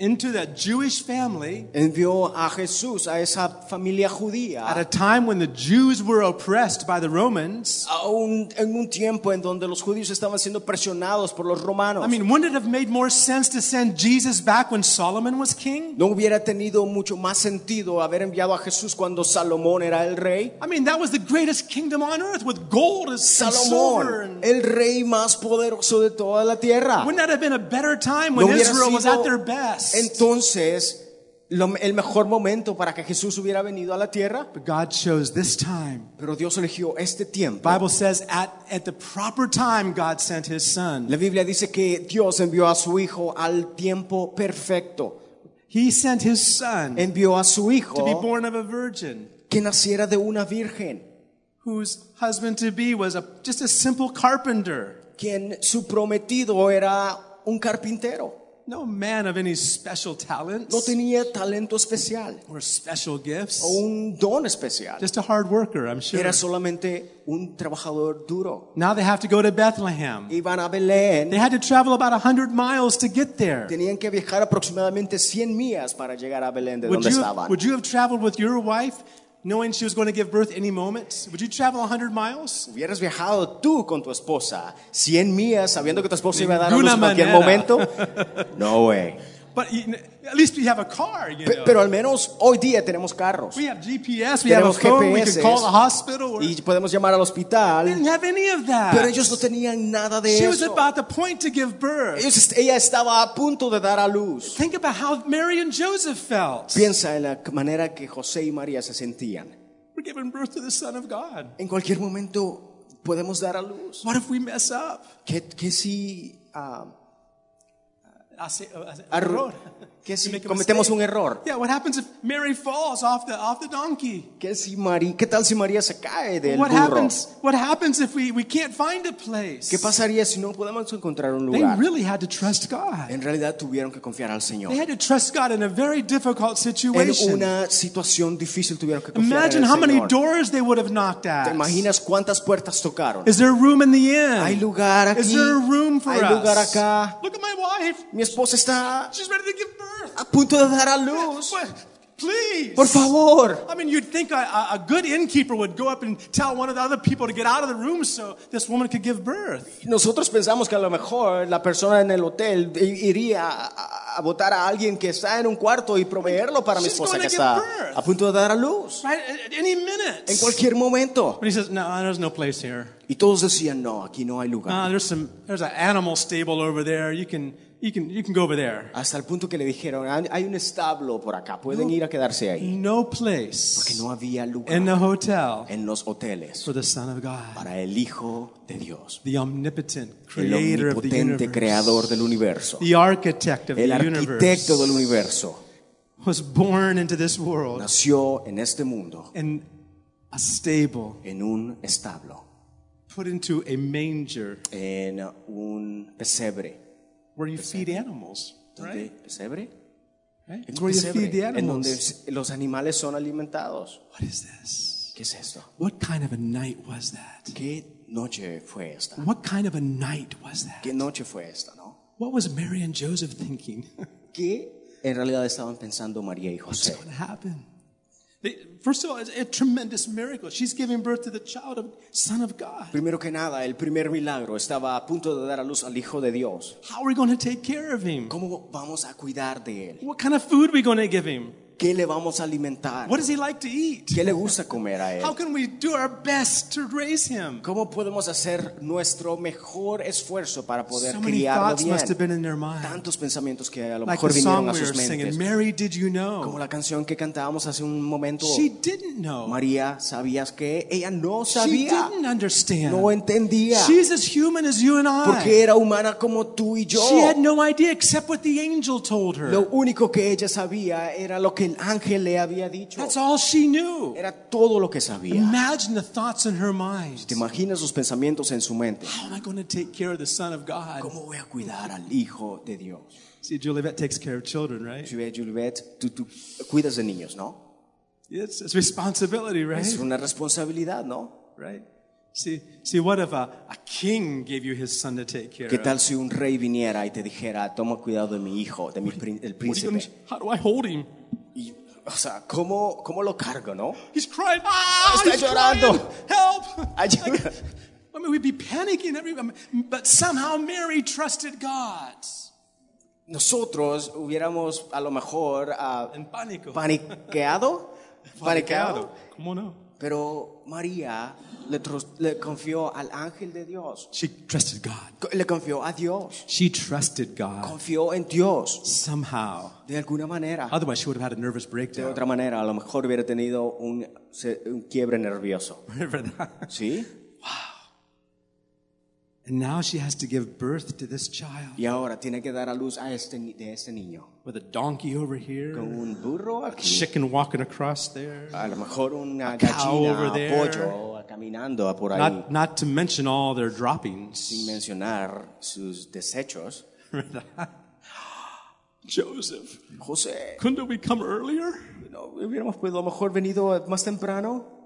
Speaker 1: into that Jewish family
Speaker 2: envió a Jesús a esa familia judía
Speaker 1: at a time when the Jews were oppressed by the Romans.
Speaker 2: a un- en un tiempo en donde los judíos estaban siendo presionados por los romanos.
Speaker 1: I mean, wouldn't it have made more sense to send Jesus back when Solomon was king?
Speaker 2: no hubiera tenido mucho más sentido haber enviado a Jesús cuando Salomón era el rey.
Speaker 1: I mean, that was the greatest kingdom on earth with gold and silver.
Speaker 2: Salomón,
Speaker 1: And
Speaker 2: el rey más poderoso de toda la tierra.
Speaker 1: wouldn't that have been a better time
Speaker 2: No
Speaker 1: when
Speaker 2: hubiera
Speaker 1: Israel was
Speaker 2: sido
Speaker 1: at their best?
Speaker 2: Entonces, lo- el mejor momento para que Jesús hubiera venido a la tierra,
Speaker 1: But God chose this time.
Speaker 2: pero Dios eligió este tiempo.
Speaker 1: Bible says at, at the proper time God sent his son.
Speaker 2: La Biblia dice que Dios envió a su hijo al tiempo perfecto.
Speaker 1: He sent his son
Speaker 2: Envió a su
Speaker 1: to be
Speaker 2: hijo
Speaker 1: born of a virgin
Speaker 2: que naciera de una virgen,
Speaker 1: whose husband to be was a, just a simple carpenter.
Speaker 2: quien su prometido era un carpintero.
Speaker 1: No man of any special
Speaker 2: No
Speaker 1: talents
Speaker 2: tenía talento especial
Speaker 1: or special gifts.
Speaker 2: o un don especial.
Speaker 1: Just a hard worker, I'm sure.
Speaker 2: Era solamente un trabajador duro.
Speaker 1: Now they have to go to Bethlehem.
Speaker 2: Iban a
Speaker 1: They
Speaker 2: Belén,
Speaker 1: had to travel about 100 miles to get there.
Speaker 2: tenían que viajar aproximadamente 100 millas para llegar a Belén de
Speaker 1: Would
Speaker 2: donde
Speaker 1: you, have,
Speaker 2: estaban.
Speaker 1: would you have traveled with your wife knowing she was going to give birth any moment? Would you travel 100 miles?
Speaker 2: hubieras viajado tú con tu esposa 100 millas sabiendo que tu esposa iba a dar a luz
Speaker 1: Ninguna
Speaker 2: en cualquier
Speaker 1: manera.
Speaker 2: momento?
Speaker 1: [laughs]
Speaker 2: No, güey.
Speaker 1: But you kn- at least we have a car, you
Speaker 2: Pe-
Speaker 1: know.
Speaker 2: Pero al menos hoy día tenemos carros
Speaker 1: We have GPS, we have a
Speaker 2: Tenemos
Speaker 1: phone, we
Speaker 2: GPS.
Speaker 1: can call the hospital. Or... They
Speaker 2: y podemos llamar al hospital,
Speaker 1: didn't have any of
Speaker 2: pero
Speaker 1: that.
Speaker 2: ellos no tenían nada de
Speaker 1: She was
Speaker 2: eso.
Speaker 1: about the point to give birth.
Speaker 2: Ellos est- ella estaba a punto de dar a luz.
Speaker 1: Think about how Mary and Joseph felt.
Speaker 2: Piensa en la manera que José y María se sentían.
Speaker 1: We're giving birth to the Son of God.
Speaker 2: En cualquier momento podemos dar a luz.
Speaker 1: What if we mess up?
Speaker 2: ¿Qué, qué si, ah,
Speaker 1: Hace- hace-
Speaker 2: arru-
Speaker 1: error.
Speaker 2: qué si
Speaker 1: We make a
Speaker 2: cometemos un
Speaker 1: mistake.
Speaker 2: error?
Speaker 1: uh, [laughs] Yeah, what happens if Mary falls off the off the donkey?
Speaker 2: ¿Qué, si Mari- ¿Qué tal si María se cae del
Speaker 1: What
Speaker 2: burro?
Speaker 1: happens? What happens if we we can't find a place?
Speaker 2: ¿Qué pasaría si no podemos encontrar un
Speaker 1: They
Speaker 2: lugar?
Speaker 1: really had to trust God.
Speaker 2: En realidad tuvieron que confiar al Señor.
Speaker 1: They had to trust God in a very difficult
Speaker 2: En
Speaker 1: situation.
Speaker 2: una situación difícil tuvieron que confiar
Speaker 1: Imagine
Speaker 2: en
Speaker 1: how
Speaker 2: el
Speaker 1: many
Speaker 2: Señor.
Speaker 1: doors they would have knocked
Speaker 2: ¿Te
Speaker 1: at.
Speaker 2: imaginas cuántas puertas tocaron?
Speaker 1: Is there room in the inn?
Speaker 2: Hay lugar
Speaker 1: Is
Speaker 2: aquí.
Speaker 1: there a room for
Speaker 2: Hay
Speaker 1: us?
Speaker 2: lugar acá.
Speaker 1: Look at my wife.
Speaker 2: Mi esposa está
Speaker 1: She's ready to give birth.
Speaker 2: a punto de dar a luz.
Speaker 1: What? Please.
Speaker 2: Por favor.
Speaker 1: I mean, you'd think a, a, a good innkeeper would go up and tell one of the other people to get out of the room so this woman could give birth.
Speaker 2: Nosotros pensamos que a lo mejor la persona en el hotel i- iría a- a, a votar a alguien que está en un cuarto y proveerlo para mi
Speaker 1: She's
Speaker 2: esposa
Speaker 1: gonna
Speaker 2: que
Speaker 1: give
Speaker 2: está
Speaker 1: birth.
Speaker 2: a punto de dar a luz.
Speaker 1: Right? At, at any minute.
Speaker 2: En cualquier momento.
Speaker 1: But he says, no, there's no place here.
Speaker 2: Y todos decían, no, aquí no hay lugar.
Speaker 1: Uh, there's some, there's an animal stable over there. You can, you can, you can go over there.
Speaker 2: Hasta el punto que le dijeron, "Hay- hay un establo por acá, pueden ir a quedarse ahí.
Speaker 1: No
Speaker 2: Que
Speaker 1: place
Speaker 2: no había lugar
Speaker 1: in the hotel
Speaker 2: en los hoteles
Speaker 1: for the Son of God,
Speaker 2: para el Hijo de Dios,
Speaker 1: the omnipotent
Speaker 2: el
Speaker 1: creator of the
Speaker 2: omnipotente
Speaker 1: universe.
Speaker 2: creador del universo,
Speaker 1: The architect of
Speaker 2: el
Speaker 1: the
Speaker 2: arquitecto del
Speaker 1: universe
Speaker 2: universo,
Speaker 1: was born into this world
Speaker 2: nació en este mundo,
Speaker 1: in a stable,
Speaker 2: en un establo,
Speaker 1: put into a manger
Speaker 2: en un pesebre.
Speaker 1: where you feed animals,
Speaker 2: ¿Dónde?
Speaker 1: right?
Speaker 2: ¿Pesebre?
Speaker 1: Right?
Speaker 2: En
Speaker 1: It's
Speaker 2: un
Speaker 1: where you feed the
Speaker 2: pesebre, en donde
Speaker 1: animals.
Speaker 2: s- los animales son alimentados.
Speaker 1: What is this?
Speaker 2: ¿Qué es esto?
Speaker 1: What kind of a night was that?
Speaker 2: ¿Qué noche fue esta?
Speaker 1: What kind of a night was that?
Speaker 2: ¿Qué noche fue esta, no?
Speaker 1: What was Mary and Joseph thinking? [laughs]
Speaker 2: ¿Qué en realidad estaban pensando María y
Speaker 1: What's
Speaker 2: José?
Speaker 1: going to happen? They- First of all, it's a tremendous miracle. She's giving birth to the child of Son of God.
Speaker 2: Primero que nada, el primer milagro estaba a punto de dar a luz al Hijo de Dios.
Speaker 1: How are we going to take care of him?
Speaker 2: ¿Cómo vamos a cuidar de él?
Speaker 1: What kind of food are we going to give him?
Speaker 2: ¿Qué le vamos a alimentar?
Speaker 1: What does he like to eat?
Speaker 2: ¿Qué le gusta comer a él?
Speaker 1: How can we do our best to raise him?
Speaker 2: ¿Cómo podemos hacer nuestro mejor esfuerzo para poder
Speaker 1: So many
Speaker 2: criarlo
Speaker 1: thoughts must have
Speaker 2: bien?
Speaker 1: been in their mind.
Speaker 2: Tantos pensamientos que a lo
Speaker 1: Like
Speaker 2: mejor
Speaker 1: the song
Speaker 2: vinieron a
Speaker 1: we were
Speaker 2: sus
Speaker 1: singing,
Speaker 2: mentes.
Speaker 1: Mary, did you
Speaker 2: Como
Speaker 1: know?
Speaker 2: la canción que cantábamos hace un momento.
Speaker 1: She didn't know.
Speaker 2: María, ¿sabías que ella no
Speaker 1: She
Speaker 2: sabía?
Speaker 1: didn't
Speaker 2: No
Speaker 1: understand.
Speaker 2: entendía.
Speaker 1: She's as human as you and
Speaker 2: Porque
Speaker 1: I.
Speaker 2: era humana como tú y yo.
Speaker 1: She had no idea except what the angel told
Speaker 2: Lo
Speaker 1: her.
Speaker 2: único que ella sabía era lo que el ángel le había dicho.
Speaker 1: That's all she knew.
Speaker 2: Era todo lo que sabía.
Speaker 1: Imagine the thoughts in her mind.
Speaker 2: Te imaginas sus pensamientos en su mente.
Speaker 1: How am I going to take care of the Son of God?
Speaker 2: ¿Cómo voy a cuidar al Hijo de Dios?
Speaker 1: See, Juliet takes care of children, right?
Speaker 2: Juliet, Juliet, tú, tú cuidas de niños, ¿no?
Speaker 1: It's, it's responsibility, right?
Speaker 2: Es una responsabilidad, ¿no?
Speaker 1: Right? See, see what if a, a king gave you his son to take care
Speaker 2: ¿Qué
Speaker 1: of?
Speaker 2: tal si un rey viniera y te dijera, toma cuidado de mi hijo, de mi prín-
Speaker 1: What
Speaker 2: el
Speaker 1: are you
Speaker 2: príncipe?
Speaker 1: gonna- how do I hold him?
Speaker 2: Y, o sea, ¿cómo, ¿cómo lo cargo, no?
Speaker 1: He's crying. Ah,
Speaker 2: Está
Speaker 1: he's
Speaker 2: llorando.
Speaker 1: crying. Help.
Speaker 2: Ayuda.
Speaker 1: I mean, we'd be panicking. Every, I mean, but somehow Mary trusted God.
Speaker 2: [laughs] Nosotros hubiéramos a lo mejor ah,
Speaker 1: En pánico.
Speaker 2: paniqueado, paniqueado,
Speaker 1: Come on out.
Speaker 2: pero María le, tros- le confió al ángel de Dios,
Speaker 1: She trusted God.
Speaker 2: Co- le confió a Dios,
Speaker 1: She trusted God
Speaker 2: confió en Dios
Speaker 1: somehow.
Speaker 2: de alguna manera.
Speaker 1: Otherwise, she would have had a nervous
Speaker 2: De
Speaker 1: breakdown.
Speaker 2: otra manera, a lo mejor hubiera tenido un, se- un quiebre nervioso.
Speaker 1: [laughs] Remember that?
Speaker 2: ¿Sí?
Speaker 1: And now she has to give birth to this child
Speaker 2: Y ahora tiene que dar a luz a este, ni- de este niño.
Speaker 1: with a donkey over
Speaker 2: Con
Speaker 1: here,
Speaker 2: un burro aquí.
Speaker 1: chicken walking across there.
Speaker 2: A lo mejor una
Speaker 1: cow over
Speaker 2: gallina,
Speaker 1: there.
Speaker 2: pollo, caminando por ahí.
Speaker 1: Not, not to mention all their
Speaker 2: sin
Speaker 1: droppings.
Speaker 2: mencionar sus desechos.
Speaker 1: Remember that? Joseph,
Speaker 2: José,
Speaker 1: couldn't we come earlier?
Speaker 2: ¿no hubiéramos podido a lo mejor venido más temprano?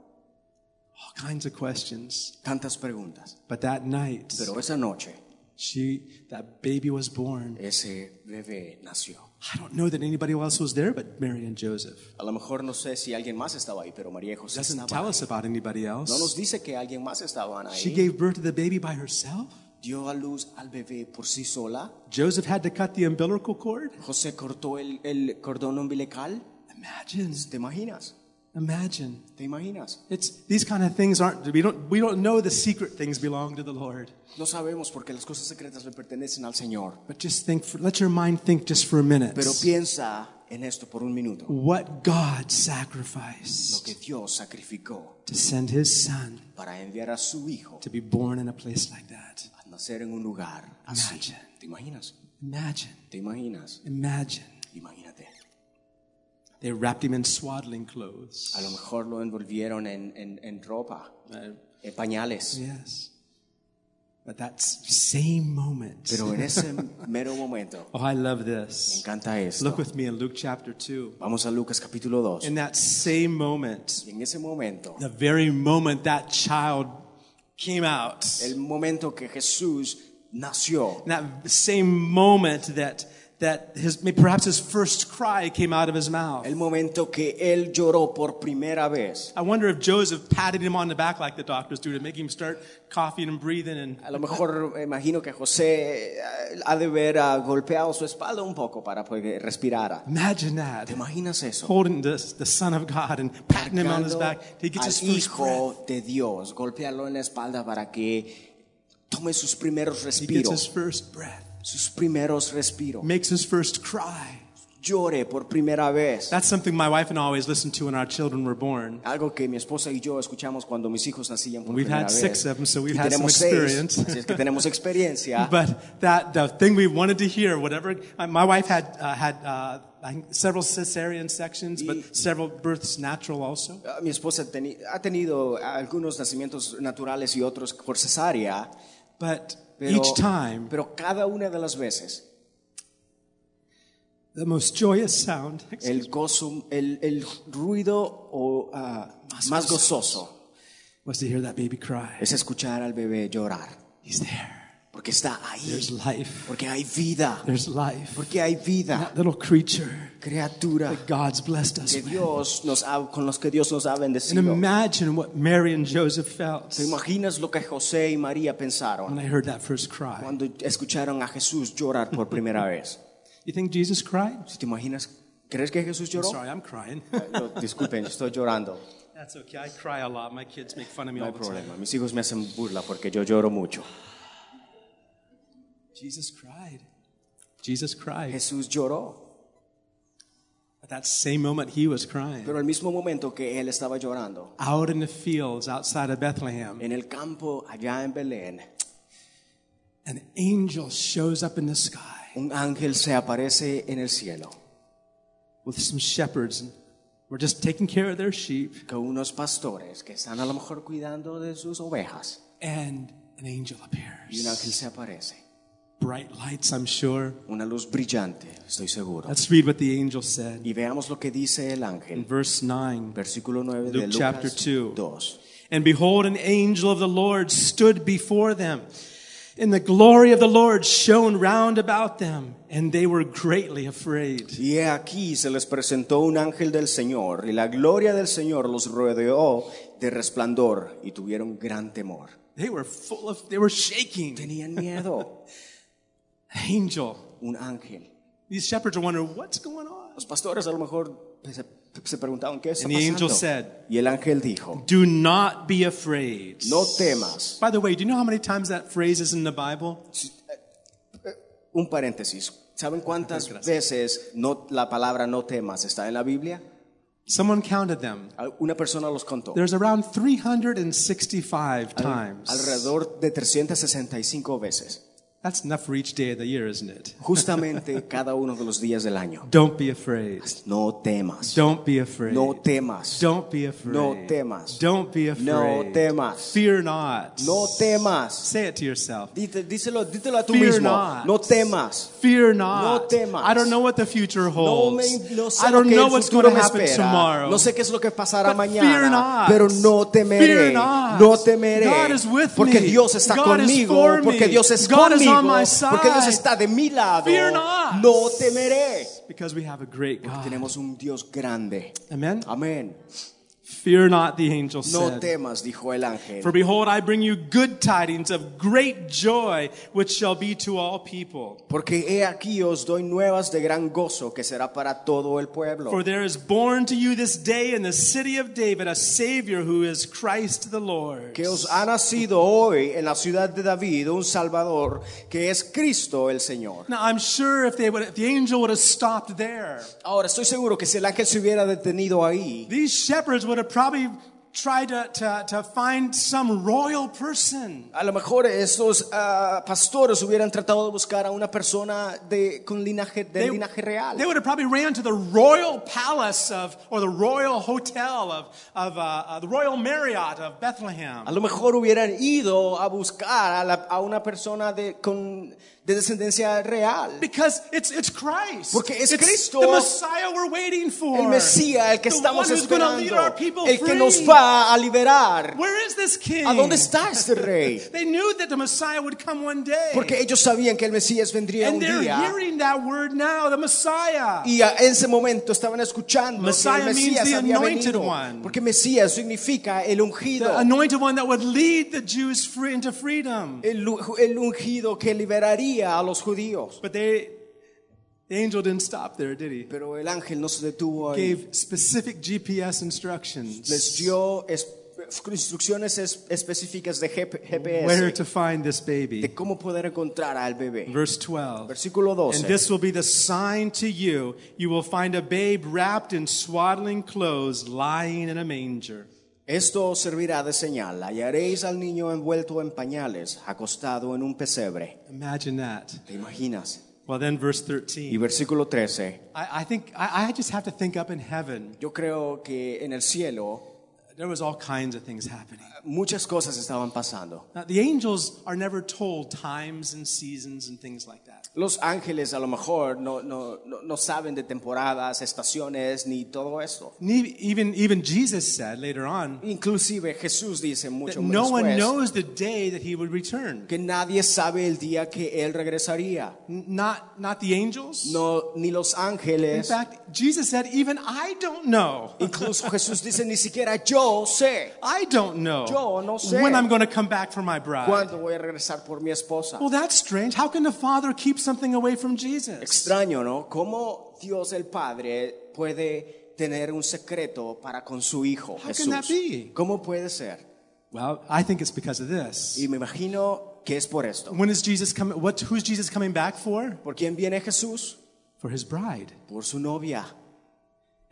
Speaker 1: All kinds of questions.
Speaker 2: Tantas preguntas.
Speaker 1: But that night,
Speaker 2: Pero esa noche,
Speaker 1: she that baby was born.
Speaker 2: ese bebé nació.
Speaker 1: I don't know that anybody else was there but Mary and Joseph.
Speaker 2: A lo mejor no sé si alguien más estaba ahí, pero María y José
Speaker 1: Doesn't
Speaker 2: estaban.
Speaker 1: tell us about anybody
Speaker 2: No nos
Speaker 1: else.
Speaker 2: dice que alguien más estaban
Speaker 1: She
Speaker 2: ahí.
Speaker 1: gave birth to the baby by herself.
Speaker 2: Dio a luz al bebé por sí sola.
Speaker 1: Joseph had to cut the umbilical cord.
Speaker 2: José cortó el, el cordón umbilical.
Speaker 1: Imagine,
Speaker 2: ¿Te imaginas?
Speaker 1: imagine.
Speaker 2: ¿Te imaginas?
Speaker 1: It's these kind of things aren't we don't we don't know the secret things belong to the Lord.
Speaker 2: No sabemos porque las cosas secretas le pertenecen al Señor.
Speaker 1: But just think for, let your mind think just for a minute.
Speaker 2: Pero piensa en esto por un minuto.
Speaker 1: What God
Speaker 2: Lo
Speaker 1: sacrificed
Speaker 2: que Dios sacrificó
Speaker 1: to send his son
Speaker 2: para enviar a su hijo
Speaker 1: to be born in a place like that.
Speaker 2: a nacer en un lugar así.
Speaker 1: Imagine.
Speaker 2: ¿Te imaginas?
Speaker 1: Imagine.
Speaker 2: ¿Te imaginas?
Speaker 1: Imagine.
Speaker 2: Imagínate.
Speaker 1: They wrapped him in swaddling clothes.
Speaker 2: A lo mejor lo envolvieron en, en, en ropa,
Speaker 1: Uh,
Speaker 2: en pañales.
Speaker 1: yes. But that s- same moment.
Speaker 2: Pero en ese mero momento,
Speaker 1: oh, I love
Speaker 2: me
Speaker 1: this.
Speaker 2: encanta esto.
Speaker 1: Look with me in Luke chapter 2.
Speaker 2: Vamos a Lucas capítulo 2.
Speaker 1: In that same moment,
Speaker 2: Y en ese momento,
Speaker 1: the very moment that child came out,
Speaker 2: el momento que Jesús nació,
Speaker 1: in that same moment that, that his, maybe perhaps his first cry came out of his mouth.
Speaker 2: el momento que él lloró por primera vez.
Speaker 1: I wonder if Joseph patted him on the back like the doctors do to make him start coughing and breathing and
Speaker 2: A lo mejor eh, imagino que José eh, ha de haber ah, golpeado su espalda un poco para que respirara.
Speaker 1: imagine that.
Speaker 2: ¿Te imaginas eso?
Speaker 1: holding the, the Son of God and patting him on his
Speaker 2: cargando
Speaker 1: back. He gets his
Speaker 2: al
Speaker 1: first breath.
Speaker 2: hijo de Dios, golpearlo en la espalda para que tome sus primeros
Speaker 1: He gets his
Speaker 2: respiros,
Speaker 1: first breath.
Speaker 2: sus primeros respiros.
Speaker 1: Makes his first cry.
Speaker 2: Llore por primera vez.
Speaker 1: That's something my wife and I always listened to when our children were born.
Speaker 2: Algo que mi esposa y yo escuchamos cuando mis hijos nacían por
Speaker 1: We've
Speaker 2: primera
Speaker 1: had
Speaker 2: vez.
Speaker 1: six of them, so we've
Speaker 2: Y
Speaker 1: had some
Speaker 2: tenemos seis,
Speaker 1: experience.
Speaker 2: así es que tenemos experiencia.
Speaker 1: [laughs] But that the thing we wanted to hear, whatever uh, my wife had uh, had uh, I think several cesarean sections, but several births natural also.
Speaker 2: Ah, Mi esposa teni- ha tenido algunos nacimientos naturales y otros por cesárea,
Speaker 1: But
Speaker 2: pero,
Speaker 1: each time,
Speaker 2: pero cada una de las veces
Speaker 1: the most joyous sound.
Speaker 2: el gozo, el, el ruido o, ah,
Speaker 1: Más
Speaker 2: más
Speaker 1: gozoso.
Speaker 2: gozoso
Speaker 1: was to hear that baby cry.
Speaker 2: es escuchar al bebé llorar,
Speaker 1: He's there.
Speaker 2: porque está ahí,
Speaker 1: There's life.
Speaker 2: porque hay vida,
Speaker 1: There's life.
Speaker 2: porque hay vida,
Speaker 1: That little creature.
Speaker 2: criatura
Speaker 1: that God's blessed us
Speaker 2: que
Speaker 1: with.
Speaker 2: Dios nos ha- con los que Dios nos ha
Speaker 1: And
Speaker 2: bendecido.
Speaker 1: imagine what Mary and Joseph felt
Speaker 2: ¿Te imaginas lo que José y María pensaron
Speaker 1: when they heard that first cry.
Speaker 2: cuando escucharon a Jesús llorar por primera vez?
Speaker 1: You think Jesus cried?
Speaker 2: ¿Te imaginas? ¿Crees que Jesús
Speaker 1: I'm
Speaker 2: lloró?
Speaker 1: sorry, I'm
Speaker 2: [laughs]
Speaker 1: crying.
Speaker 2: No, disculpen, estoy llorando.
Speaker 1: That's okay. I cry a lot. My kids make fun of me
Speaker 2: No
Speaker 1: all
Speaker 2: hay
Speaker 1: the time.
Speaker 2: problema. Mis hijos me hacen burla porque yo lloro mucho.
Speaker 1: Jesus cried. Jesus cried.
Speaker 2: Jesús lloró,
Speaker 1: At that same moment, he was crying.
Speaker 2: pero al mismo momento que él estaba llorando,
Speaker 1: Out in the fields outside of Bethlehem,
Speaker 2: en el campo allá en Belén,
Speaker 1: an angel shows up in the sky
Speaker 2: un ángel se aparece en el cielo
Speaker 1: with some shepherds. and We're just taking care of their sheep,
Speaker 2: con unos pastores que están a lo mejor cuidando de sus ovejas
Speaker 1: and an angel
Speaker 2: y un ángel
Speaker 1: appears.
Speaker 2: se aparece.
Speaker 1: Bright lights, I'm sure.
Speaker 2: Una luz brillante, estoy seguro.
Speaker 1: Let's read what the angel said.
Speaker 2: Y veamos lo que dice el
Speaker 1: In
Speaker 2: ángel.
Speaker 1: verse 9,
Speaker 2: Versículo 9 de
Speaker 1: Luke chapter 2.
Speaker 2: Lucas 2.
Speaker 1: And behold, an angel of the Lord stood before them. And the glory of the Lord shone round about them, and they were greatly afraid.
Speaker 2: Y he aquí se les presentó un ángel del Señor, y la gloria del Señor los rodeó de resplandor, y tuvieron gran temor.
Speaker 1: They were full of, they were shaking. [laughs]
Speaker 2: Tenían miedo.
Speaker 1: Angel.
Speaker 2: un ángel.
Speaker 1: These shepherds are wondering, what's going on?
Speaker 2: Los pastores a lo mejor se, se preguntaban qué está
Speaker 1: And the
Speaker 2: pasando.
Speaker 1: angel said-
Speaker 2: y el ángel dijo,
Speaker 1: Do not be afraid.
Speaker 2: no temas.
Speaker 1: By the way, do you know how many times that phrase is in the Bible?
Speaker 2: Un paréntesis. ¿Saben cuántas veces no, la palabra no temas está en la Biblia?
Speaker 1: Someone counted them.
Speaker 2: Al- Una persona los contó.
Speaker 1: There's around 365 times.
Speaker 2: Alrededor de 365 veces.
Speaker 1: That's enough for each day of the year, isn't it? [laughs]
Speaker 2: Justamente cada uno de los días del año.
Speaker 1: Don't be afraid.
Speaker 2: No temas.
Speaker 1: Don't be afraid.
Speaker 2: No temas.
Speaker 1: Don't be afraid.
Speaker 2: No temas.
Speaker 1: Don't be afraid.
Speaker 2: No temas.
Speaker 1: Fear not.
Speaker 2: No temas.
Speaker 1: Say it to yourself.
Speaker 2: Dite- Díselo, díselo a tú
Speaker 1: Fear
Speaker 2: mismo.
Speaker 1: not.
Speaker 2: No temas.
Speaker 1: Fear not.
Speaker 2: No temas.
Speaker 1: I don't know what the future
Speaker 2: No,
Speaker 1: holds.
Speaker 2: me- no sé
Speaker 1: I
Speaker 2: lo
Speaker 1: don't
Speaker 2: que
Speaker 1: know
Speaker 2: el
Speaker 1: what's
Speaker 2: futuro
Speaker 1: going to
Speaker 2: me
Speaker 1: happen
Speaker 2: espera.
Speaker 1: tomorrow.
Speaker 2: No sé qué es lo que pasará
Speaker 1: But fear
Speaker 2: mañana,
Speaker 1: not.
Speaker 2: pero no temeré,
Speaker 1: Fear not.
Speaker 2: no temeré,
Speaker 1: God is with
Speaker 2: porque
Speaker 1: me.
Speaker 2: Dios está
Speaker 1: God is
Speaker 2: conmigo,
Speaker 1: for me.
Speaker 2: porque Dios es
Speaker 1: God is
Speaker 2: conmigo,
Speaker 1: on my side.
Speaker 2: porque Dios está de mi lado.
Speaker 1: Fear not. Ah.
Speaker 2: No temeré.
Speaker 1: Because we have a great God.
Speaker 2: Tenemos un Dios grande.
Speaker 1: Amen.
Speaker 2: Amén.
Speaker 1: Fear not, the angel
Speaker 2: No
Speaker 1: said.
Speaker 2: temas, dijo el ángel.
Speaker 1: For behold, I bring you good tidings of great joy, which shall be to all people.
Speaker 2: Porque he aquí os doy nuevas de gran gozo que será para todo el pueblo.
Speaker 1: For there is born to you this day in the city of David a Savior who is Christ the Lord.
Speaker 2: que os ha nacido hoy en la ciudad de David un Salvador que es Cristo el Señor.
Speaker 1: Now, I'm sure if, they would, if the angel would have stopped there,
Speaker 2: Ahora, estoy seguro que si el ángel se hubiera detenido ahí,
Speaker 1: these shepherds would have probably tried to, to, to find some royal person.
Speaker 2: a lo mejor estos ah, pastores hubieran tratado de buscar a una persona de, con linaje, de linaje real.
Speaker 1: they would have probably ran to the royal palace of, or the royal hotel of, of uh, uh, the royal Marriott of Bethlehem.
Speaker 2: a lo mejor hubieran ido a buscar a, la- a una persona de, con, de descendencia real.
Speaker 1: Because it's, it's Christ.
Speaker 2: Porque es
Speaker 1: it's
Speaker 2: Cristo.
Speaker 1: the Messiah we're waiting for.
Speaker 2: El Mesías, el que
Speaker 1: the
Speaker 2: estamos
Speaker 1: one who's gonna lead
Speaker 2: esperando,
Speaker 1: our people
Speaker 2: el que
Speaker 1: free.
Speaker 2: nos va a liberar.
Speaker 1: Where is this king?
Speaker 2: ¿A dónde está este rey?
Speaker 1: They knew that the Messiah would come one day.
Speaker 2: Porque ellos sabían que el Mesías vendría
Speaker 1: and
Speaker 2: un
Speaker 1: they're
Speaker 2: día.
Speaker 1: hearing that word now, the Messiah.
Speaker 2: Y a- en ese momento estaban escuchando
Speaker 1: Messiah
Speaker 2: que el
Speaker 1: means
Speaker 2: Mesías
Speaker 1: the
Speaker 2: había
Speaker 1: anointed
Speaker 2: venido.
Speaker 1: one.
Speaker 2: Porque Mesías significa el ungido.
Speaker 1: the anointed one that would lead the Jews free into freedom.
Speaker 2: El, u- el ungido que liberaría a los judíos.
Speaker 1: But they, the angel didn't stop there, did he?
Speaker 2: Pero el ángel no se detuvo ahí.
Speaker 1: Gave specific GPS instructions
Speaker 2: Les dio es- instrucciones es- específicas de GP-
Speaker 1: where
Speaker 2: GPS
Speaker 1: to find this
Speaker 2: de
Speaker 1: baby.
Speaker 2: cómo poder encontrar al bebé.
Speaker 1: Verse 12.
Speaker 2: Versículo
Speaker 1: And
Speaker 2: 12.
Speaker 1: this will be the sign to you. You will find a babe wrapped in swaddling clothes, lying in a manger.
Speaker 2: Esto os servirá de señal. Hallaréis al niño envuelto en pañales, acostado en un pesebre.
Speaker 1: Imagine that.
Speaker 2: ¿Te imaginas?
Speaker 1: Well, then, verse
Speaker 2: Y
Speaker 1: 13.
Speaker 2: versículo 13.
Speaker 1: I, I think I, I just have to think up in heaven.
Speaker 2: Yo creo que en el cielo
Speaker 1: There was all kinds of things happening.
Speaker 2: muchas cosas estaban pasando.
Speaker 1: Now, the angels are never told times and seasons and things like that.
Speaker 2: Los ángeles a lo mejor no, no, no, no saben de temporadas, estaciones, ni todo eso.
Speaker 1: Ne- Even, even Jesus said later on
Speaker 2: Inclusive Jesús dice
Speaker 1: that
Speaker 2: mucho
Speaker 1: no one
Speaker 2: después
Speaker 1: knows the day that he would return.
Speaker 2: que nadie sabe el día que Él regresaría.
Speaker 1: N- Not, not the angels.
Speaker 2: No, ni los
Speaker 1: In
Speaker 2: ángeles.
Speaker 1: fact, Jesus said, even I don't know.
Speaker 2: Incluso Jesús dice, ni siquiera yo sé
Speaker 1: I don't know
Speaker 2: Yo no sé.
Speaker 1: when I'm going to come back for my bride.
Speaker 2: cuándo voy a regresar por mi esposa.
Speaker 1: Well, that's strange. How can the Father keep something away from Jesus?
Speaker 2: Extraño, ¿no? ¿Cómo Dios el Padre puede tener un secreto para con su Hijo
Speaker 1: can
Speaker 2: Jesús?
Speaker 1: that be?
Speaker 2: ¿Cómo puede ser?
Speaker 1: Well, I think it's because of this.
Speaker 2: Y me imagino que es por esto.
Speaker 1: When is Jesus coming? What? Who's Jesus coming back for?
Speaker 2: ¿Por quién viene Jesús?
Speaker 1: For his bride.
Speaker 2: Por su novia.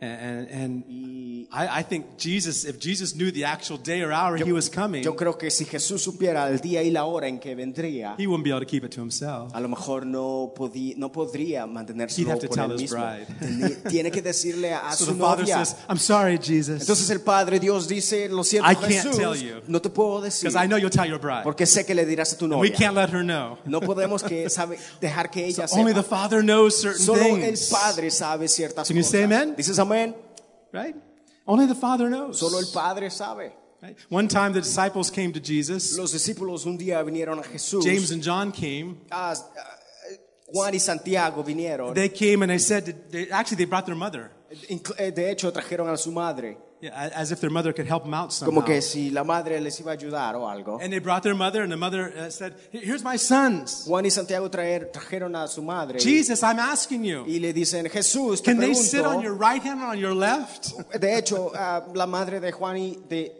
Speaker 1: And and, and I, I think Jesus, if Jesus knew the actual day or hour he was coming,
Speaker 2: Yo creo que si Jesús supiera el día y la hora en que vendría,
Speaker 1: he wouldn't be able to keep it to himself.
Speaker 2: a lo mejor no, podí- no podría mantenerse
Speaker 1: He'd have to
Speaker 2: por él
Speaker 1: tell his
Speaker 2: mismo.
Speaker 1: bride.
Speaker 2: Teni- [laughs] Tiene que decirle a
Speaker 1: So
Speaker 2: su
Speaker 1: the Father
Speaker 2: novia.
Speaker 1: says, "I'm sorry, Jesus,
Speaker 2: Entonces el Padre Dios dice, lo siento
Speaker 1: I can't
Speaker 2: Jesús,
Speaker 1: tell you.
Speaker 2: no te puedo decir,
Speaker 1: because I know you'll tell your bride.
Speaker 2: porque sé que le dirás a tu
Speaker 1: We
Speaker 2: novia.
Speaker 1: can't let her know.
Speaker 2: No podemos que sabe, dejar que ella
Speaker 1: Only the
Speaker 2: sepa.
Speaker 1: Father knows certain
Speaker 2: Solo el
Speaker 1: things,
Speaker 2: Padre sabe ciertas
Speaker 1: Can you
Speaker 2: cosas.
Speaker 1: say amen?
Speaker 2: ¿Dices amén?
Speaker 1: right? Only the Father knows.
Speaker 2: Solo el Padre sabe.
Speaker 1: Right? One time the disciples came to Jesus.
Speaker 2: Los discípulos un día vinieron a Jesús.
Speaker 1: James and John came.
Speaker 2: Ah, s- ah, Juan y Santiago vinieron.
Speaker 1: They came and they said, that they, actually, they brought their mother,
Speaker 2: Inclu- eh, De hecho, trajeron a su madre.
Speaker 1: yeah, a- as if their mother could help them out somehow.
Speaker 2: Como que si la madre les iba a ayudar o algo.
Speaker 1: And they brought their mother, and the mother uh, said, "Here- Here's my sons.
Speaker 2: Juan y Santiago traer- trajeron a su madre.
Speaker 1: Jesus, I'm asking you.
Speaker 2: Y le dicen, Jesús, te
Speaker 1: Can they sit on your
Speaker 2: pregunto.
Speaker 1: right hand or on your left?
Speaker 2: De hecho, ah, la madre de Juan y, de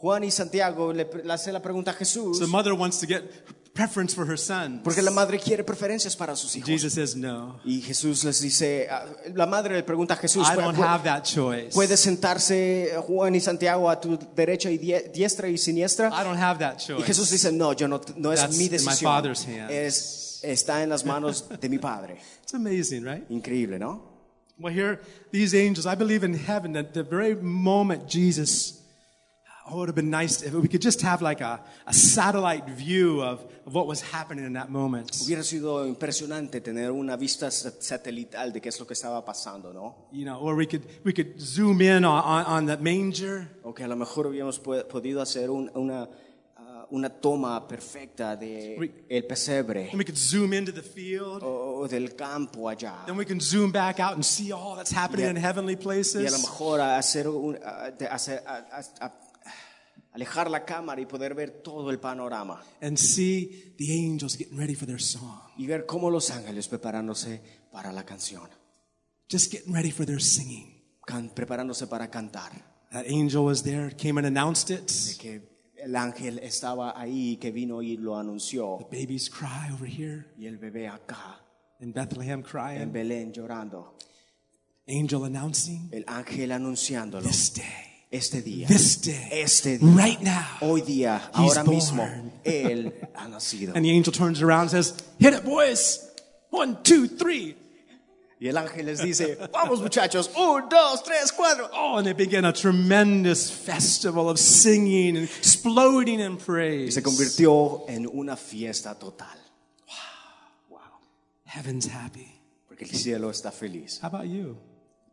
Speaker 2: Juan y Santiago le, pre- le hace la pregunta a Jesús.
Speaker 1: So the mother wants to get preference for her sons.
Speaker 2: Porque la madre quiere preferencias para sus hijos.
Speaker 1: Jesus says, No,
Speaker 2: Y Jesús les dice, ah, la madre le pregunta a Jesús,
Speaker 1: I
Speaker 2: "Pu-
Speaker 1: don't
Speaker 2: pu-
Speaker 1: have that choice.
Speaker 2: ¿puede sentarse eh, Juan y Santiago a tu derecha y die- diestra y siniestra?
Speaker 1: I don't have that
Speaker 2: Y
Speaker 1: choice.
Speaker 2: Jesús dice, no, yo no, no es
Speaker 1: That's
Speaker 2: mi
Speaker 1: in my
Speaker 2: decisión.
Speaker 1: father's hands."
Speaker 2: Es, está en las manos de mi padre.
Speaker 1: It's amazing, right?
Speaker 2: Increíble, ¿no?
Speaker 1: Well, here, these angels, I believe in heaven that the very moment Jesus, oh, it would have been nice if we could just have like a, a satellite view of, of what was happening in that moment.
Speaker 2: Hubiera sido impresionante tener una vista sa- satelital de qué es lo que estaba pasando, ¿no?
Speaker 1: You know, or we could, we could zoom in on, on, on the manger.
Speaker 2: O que a lo mejor hubiéramos pu- podido hacer un- una, ah, una toma perfecta de
Speaker 1: We-
Speaker 2: el pesebre
Speaker 1: And we could zoom into the field.
Speaker 2: o, o del campo allá.
Speaker 1: Then we can zoom back out and see all that's happening
Speaker 2: Yeah.
Speaker 1: in heavenly
Speaker 2: Y a lo
Speaker 1: places.
Speaker 2: mejor a hacer un- a- de hacer- a- a- a- alejar la cámara y poder ver todo el panorama
Speaker 1: And see the angels getting ready for their song,
Speaker 2: y ver cómo los ángeles preparándose para la canción,
Speaker 1: just getting ready for their singing.
Speaker 2: can- preparándose para cantar.
Speaker 1: That angel was there, came and announced
Speaker 2: De
Speaker 1: it.
Speaker 2: que el ángel estaba ahí, que vino y lo anunció,
Speaker 1: Babies cry over here
Speaker 2: y el bebé acá,
Speaker 1: in Bethlehem crying.
Speaker 2: en Belén llorando,
Speaker 1: angel announcing
Speaker 2: el ángel anunciándolo
Speaker 1: this day,
Speaker 2: este día,
Speaker 1: this day,
Speaker 2: este día,
Speaker 1: right now.
Speaker 2: hoy día, ahora
Speaker 1: born.
Speaker 2: mismo, él ha nacido.
Speaker 1: And the angel turns around and says, Hit it, boys. One, two, three.
Speaker 2: Y el ángel les dice, vamos muchachos, un, dos, tres, cuatro.
Speaker 1: Oh, and they begin a tremendous festival of singing and exploding in
Speaker 2: Y
Speaker 1: praise.
Speaker 2: se convirtió en una fiesta total. Wow.
Speaker 1: Heaven's happy.
Speaker 2: Porque el cielo está feliz.
Speaker 1: How about you?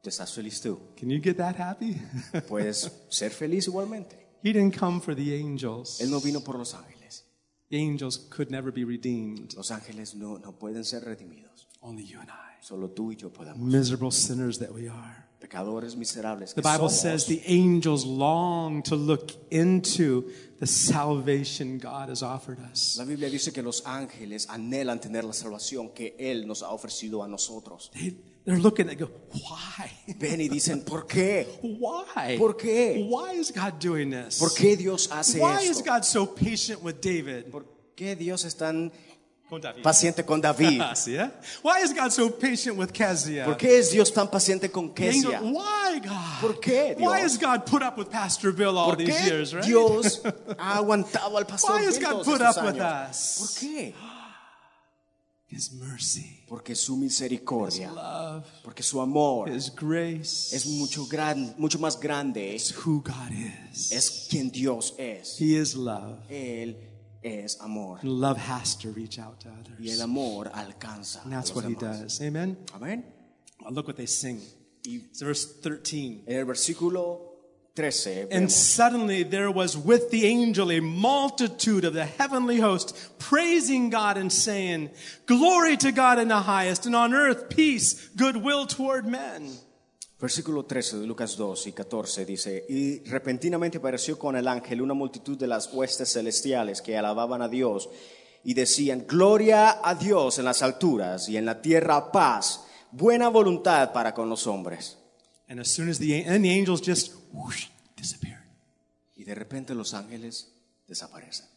Speaker 2: ¿Tú estás feliz tú?
Speaker 1: Can you get that happy? [laughs]
Speaker 2: Puedes ser feliz igualmente.
Speaker 1: he didn't come for the angels.
Speaker 2: Él no vino por los ángeles.
Speaker 1: The angels could never be redeemed.
Speaker 2: Los ángeles no, no pueden ser redimidos.
Speaker 1: Only you and I,
Speaker 2: Solo tú y yo podemos.
Speaker 1: miserable sinners that we are.
Speaker 2: Pecadores miserables. que
Speaker 1: Mm. The Bible
Speaker 2: somos.
Speaker 1: says the angels long to look into the salvation God has offered us.
Speaker 2: La Biblia dice que los ángeles anhelan tener la salvación que Él nos ha ofrecido a nosotros.
Speaker 1: They, they're looking at go, why? [laughs]
Speaker 2: Ven y dicen, ¿por qué?
Speaker 1: Why?
Speaker 2: ¿Por qué?
Speaker 1: Why is God doing this?
Speaker 2: ¿Por qué Dios hace
Speaker 1: Why is
Speaker 2: esto?
Speaker 1: God so patient with David?
Speaker 2: ¿Por qué Dios es tan
Speaker 1: Con David.
Speaker 2: paciente con David?
Speaker 1: See that? Why is God so patient with Kezia?
Speaker 2: ¿Por qué es Dios tan paciente con
Speaker 1: The angel,
Speaker 2: Kesia?
Speaker 1: Why, God?
Speaker 2: ¿Por qué,
Speaker 1: Why
Speaker 2: Dios?
Speaker 1: has God put up with Pastor Bill all
Speaker 2: ¿Por
Speaker 1: these
Speaker 2: qué
Speaker 1: years, right? [laughs]
Speaker 2: Dios ha aguantado al pastor
Speaker 1: Why has
Speaker 2: Bill
Speaker 1: God
Speaker 2: todos
Speaker 1: put
Speaker 2: estos
Speaker 1: up with
Speaker 2: años?
Speaker 1: us?
Speaker 2: ¿Por qué?
Speaker 1: His mercy,
Speaker 2: Porque su misericordia,
Speaker 1: love,
Speaker 2: porque su amor
Speaker 1: His grace
Speaker 2: es mucho, gran, mucho más grande,
Speaker 1: is who God is.
Speaker 2: es quien Dios es.
Speaker 1: He is love.
Speaker 2: Él es amor
Speaker 1: And love has to reach out to
Speaker 2: y el
Speaker 1: others.
Speaker 2: amor alcanza.
Speaker 1: And
Speaker 2: a
Speaker 1: that's
Speaker 2: los
Speaker 1: what He
Speaker 2: demás.
Speaker 1: does. Amen?
Speaker 2: Amén.
Speaker 1: Well, look what they sing.
Speaker 2: Y
Speaker 1: It's verse 13.
Speaker 2: en el versículo 13
Speaker 1: And
Speaker 2: vemos,
Speaker 1: suddenly there was with the angel a multitude of the heavenly host praising God and saying, Glory to God in the highest, and on earth peace, goodwill toward men.
Speaker 2: Versículo 13 de Lucas 2 y 14 dice, y repentinamente apareció con el ángel una multitud de las huestes celestiales que alababan a Dios y decían, gloria a Dios en las alturas y en la tierra paz, buena voluntad para con los hombres.
Speaker 1: And as soon as the, an- and the angels just whoosh, disappeared.
Speaker 2: Y de repente los ángeles desaparecen.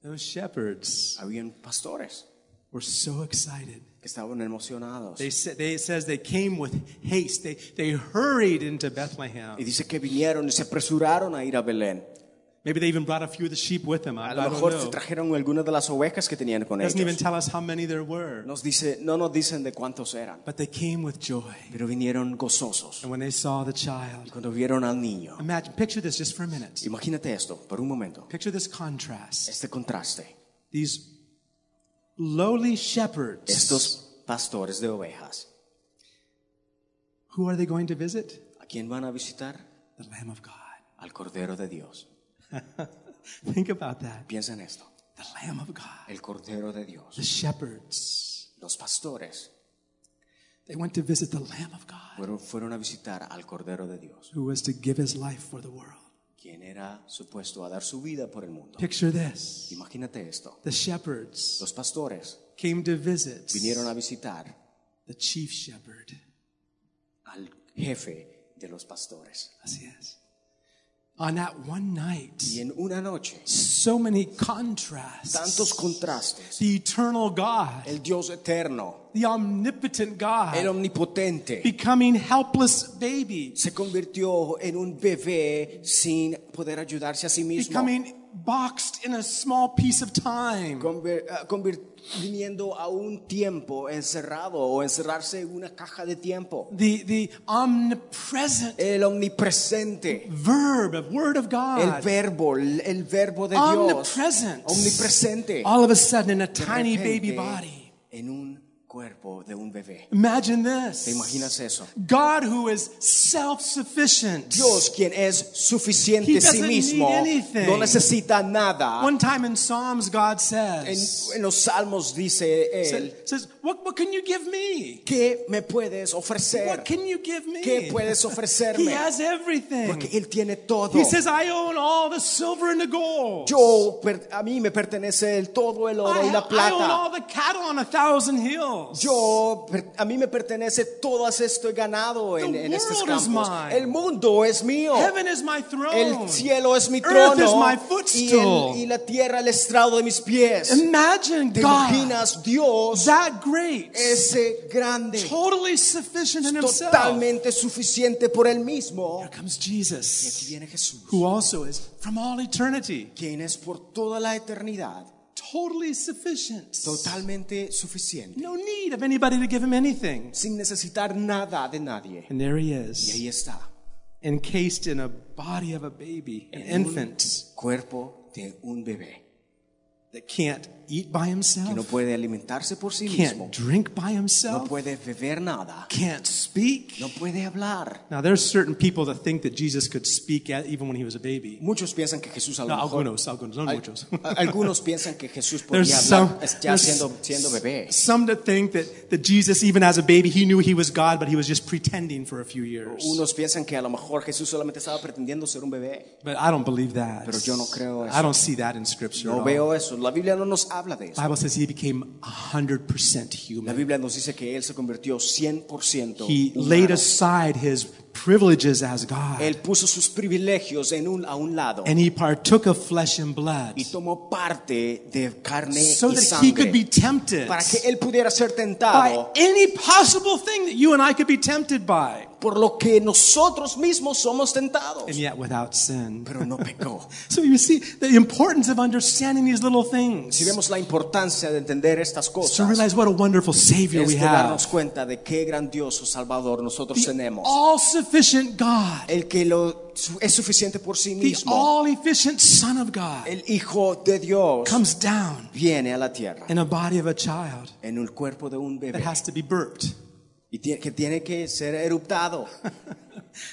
Speaker 1: Those shepherds
Speaker 2: Habían pastores
Speaker 1: were so excited.
Speaker 2: que estaban emocionados.
Speaker 1: They said, they, it says they came with haste. They, they hurried into Bethlehem.
Speaker 2: Y dice que vinieron y se apresuraron a ir a Belén.
Speaker 1: Maybe they even brought a few of the sheep with them. I,
Speaker 2: A
Speaker 1: I
Speaker 2: lo
Speaker 1: don't
Speaker 2: mejor
Speaker 1: know.
Speaker 2: se trajeron algunas de las ovejas que tenían con
Speaker 1: It doesn't even
Speaker 2: ellos.
Speaker 1: tell us how many there were.
Speaker 2: Nos dice, no nos dicen de cuántos eran,
Speaker 1: But they came with joy.
Speaker 2: pero vinieron gozosos.
Speaker 1: And when they saw the child,
Speaker 2: cuando vieron al niño.
Speaker 1: imagine, picture this just for a minute.
Speaker 2: Imagínate esto por un momento,
Speaker 1: Picture this contrast.
Speaker 2: este contraste.
Speaker 1: These lowly shepherds,
Speaker 2: Estos pastores de ovejas,
Speaker 1: who are they going to visit?
Speaker 2: ¿a quién van a visitar?
Speaker 1: The Lamb of God.
Speaker 2: Al Cordero de Dios.
Speaker 1: Think about that.
Speaker 2: Piensa en esto.
Speaker 1: The Lamb of God,
Speaker 2: El Cordero de
Speaker 1: the
Speaker 2: Dios.
Speaker 1: shepherds,
Speaker 2: Los pastores
Speaker 1: they went to visit the Lamb of God
Speaker 2: fueron, fueron a visitar al Cordero de Dios,
Speaker 1: who was to give his life for the world.
Speaker 2: quien era supuesto a dar su vida por el mundo.
Speaker 1: Picture this.
Speaker 2: Imagínate esto.
Speaker 1: The shepherds
Speaker 2: Los pastores
Speaker 1: came to visit
Speaker 2: vinieron a visitar
Speaker 1: the chief shepherd.
Speaker 2: al jefe de los pastores.
Speaker 1: Así es. On that one night,
Speaker 2: Y en una noche,
Speaker 1: so many contrasts.
Speaker 2: tantos contrastes.
Speaker 1: the eternal God,
Speaker 2: El Dios eterno,
Speaker 1: the omnipotent
Speaker 2: el
Speaker 1: God,
Speaker 2: omnipotente,
Speaker 1: becoming helpless baby,
Speaker 2: se convirtió en un bebé sin poder ayudarse a sí mismo.
Speaker 1: becoming boxed in a small piece of time.
Speaker 2: Conver- ah, convirtiendo a un tiempo encerrado o encerrarse en una caja de tiempo.
Speaker 1: The, the omnipresent
Speaker 2: El omnipresente,
Speaker 1: verb of word of
Speaker 2: el
Speaker 1: God.
Speaker 2: verbo, el el verbo de Dios,
Speaker 1: Omnipresent.
Speaker 2: omnipresente,
Speaker 1: All of a sudden in a
Speaker 2: De
Speaker 1: tiny baby
Speaker 2: repente,
Speaker 1: body.
Speaker 2: en un cuerpo de un bebé.
Speaker 1: Imagine
Speaker 2: ¿Te
Speaker 1: this.
Speaker 2: imaginas eso?
Speaker 1: God who is self-sufficient.
Speaker 2: Dios quien es suficiente
Speaker 1: He
Speaker 2: en sí
Speaker 1: doesn't
Speaker 2: mismo,
Speaker 1: need anything.
Speaker 2: no necesita nada.
Speaker 1: One time in Psalms God
Speaker 2: En,
Speaker 1: says,
Speaker 2: en los salmos dice él,
Speaker 1: says what, what can you give me?
Speaker 2: ¿qué me puedes
Speaker 1: What
Speaker 2: ofrecer?
Speaker 1: can you give me?
Speaker 2: ¿Qué puedes
Speaker 1: [laughs] He
Speaker 2: ofrecerme?
Speaker 1: has everything.
Speaker 2: Porque él tiene todo.
Speaker 1: He says, I own all the silver and the gold.
Speaker 2: Yo, per- a mí me pertenece el todo el oro
Speaker 1: I,
Speaker 2: y la
Speaker 1: I own all
Speaker 2: plata.
Speaker 1: the cattle on a thousand hills.
Speaker 2: Yo, per- a mí me pertenece todo esto ganado en,
Speaker 1: The
Speaker 2: en estos
Speaker 1: world is
Speaker 2: campos.
Speaker 1: mine.
Speaker 2: El mundo es mío.
Speaker 1: Heaven is my throne.
Speaker 2: El cielo es mi
Speaker 1: Earth is
Speaker 2: trono
Speaker 1: my
Speaker 2: y,
Speaker 1: footstool.
Speaker 2: el- y la tierra el estrado de mis pies.
Speaker 1: Imagine
Speaker 2: ¿Te
Speaker 1: God
Speaker 2: imaginas Dios
Speaker 1: that great,
Speaker 2: ese grande,
Speaker 1: totally sufficient in himself.
Speaker 2: totalmente suficiente por él mismo?
Speaker 1: Here comes
Speaker 2: Y aquí
Speaker 1: Jesus,
Speaker 2: viene Jesús,
Speaker 1: who also is from all eternity,
Speaker 2: quien es por toda la eternidad
Speaker 1: totally sufficient.
Speaker 2: totalmente suficiente,
Speaker 1: No need of anybody to give him anything.
Speaker 2: sin necesitar nada de nadie.
Speaker 1: And there he
Speaker 2: Y
Speaker 1: is,
Speaker 2: ahí está,
Speaker 1: encased in a body of a baby, an
Speaker 2: En un-
Speaker 1: infant
Speaker 2: cuerpo de un bebé
Speaker 1: that can't eat by
Speaker 2: que no
Speaker 1: himself,
Speaker 2: puede alimentarse por sí mismo,
Speaker 1: can't drink by
Speaker 2: no
Speaker 1: himself,
Speaker 2: puede beber nada,
Speaker 1: can't speak.
Speaker 2: no puede hablar.
Speaker 1: Now, there's certain people that think that Jesus could speak at, even when he was a baby.
Speaker 2: Muchos piensan que Jesús a lo
Speaker 1: No,
Speaker 2: mejor
Speaker 1: algunos, algunos, no
Speaker 2: Al-
Speaker 1: muchos.
Speaker 2: a- Algunos piensan que Jesús
Speaker 1: [laughs] There's
Speaker 2: podía
Speaker 1: some,
Speaker 2: hablar es- ya
Speaker 1: there's
Speaker 2: siendo, siendo bebé.
Speaker 1: some that think that, that Jesus, even as a baby, he knew he was God, but he was just pretending for a few years.
Speaker 2: Unos piensan que a lo mejor Jesús solamente estaba pretendiendo ser un bebé.
Speaker 1: But I don't believe that.
Speaker 2: Pero yo no creo eso.
Speaker 1: I don't see that in Scripture. at
Speaker 2: No
Speaker 1: all.
Speaker 2: veo eso. La Biblia no nos habla de
Speaker 1: The
Speaker 2: eso.
Speaker 1: Bible says he became 100%
Speaker 2: La
Speaker 1: human.
Speaker 2: Biblia nos dice que Él se convirtió 100%
Speaker 1: He
Speaker 2: humano.
Speaker 1: laid aside his privileges as God,
Speaker 2: Él puso sus privilegios en un, a un lado
Speaker 1: and he partook of flesh and blood
Speaker 2: y tomó parte de carne
Speaker 1: so
Speaker 2: y
Speaker 1: that he
Speaker 2: sangre
Speaker 1: could be tempted
Speaker 2: para que Él pudiera ser
Speaker 1: by
Speaker 2: tentado
Speaker 1: any possible thing that you and I could be tempted by,
Speaker 2: por lo que nosotros mismos somos tentados.
Speaker 1: and yet without sin.
Speaker 2: Pero no
Speaker 1: [laughs]
Speaker 2: pecó.
Speaker 1: So you see the importance of understanding these little
Speaker 2: Si
Speaker 1: things
Speaker 2: vemos la importancia de entender estas
Speaker 1: to
Speaker 2: cosas,
Speaker 1: realize what a wonderful Savior
Speaker 2: es
Speaker 1: we
Speaker 2: de darnos
Speaker 1: have.
Speaker 2: cuenta de qué grandioso Salvador nosotros
Speaker 1: The
Speaker 2: tenemos.
Speaker 1: all sufficient God,
Speaker 2: El que lo, su- es suficiente por sí
Speaker 1: the
Speaker 2: mismo.
Speaker 1: all efficient Son of God,
Speaker 2: El Hijo de Dios
Speaker 1: comes down
Speaker 2: viene a la tierra
Speaker 1: in a body of a child
Speaker 2: en el cuerpo de un
Speaker 1: that
Speaker 2: bebé
Speaker 1: has to be burped, [laughs]
Speaker 2: y tie- que tiene que ser eruptado,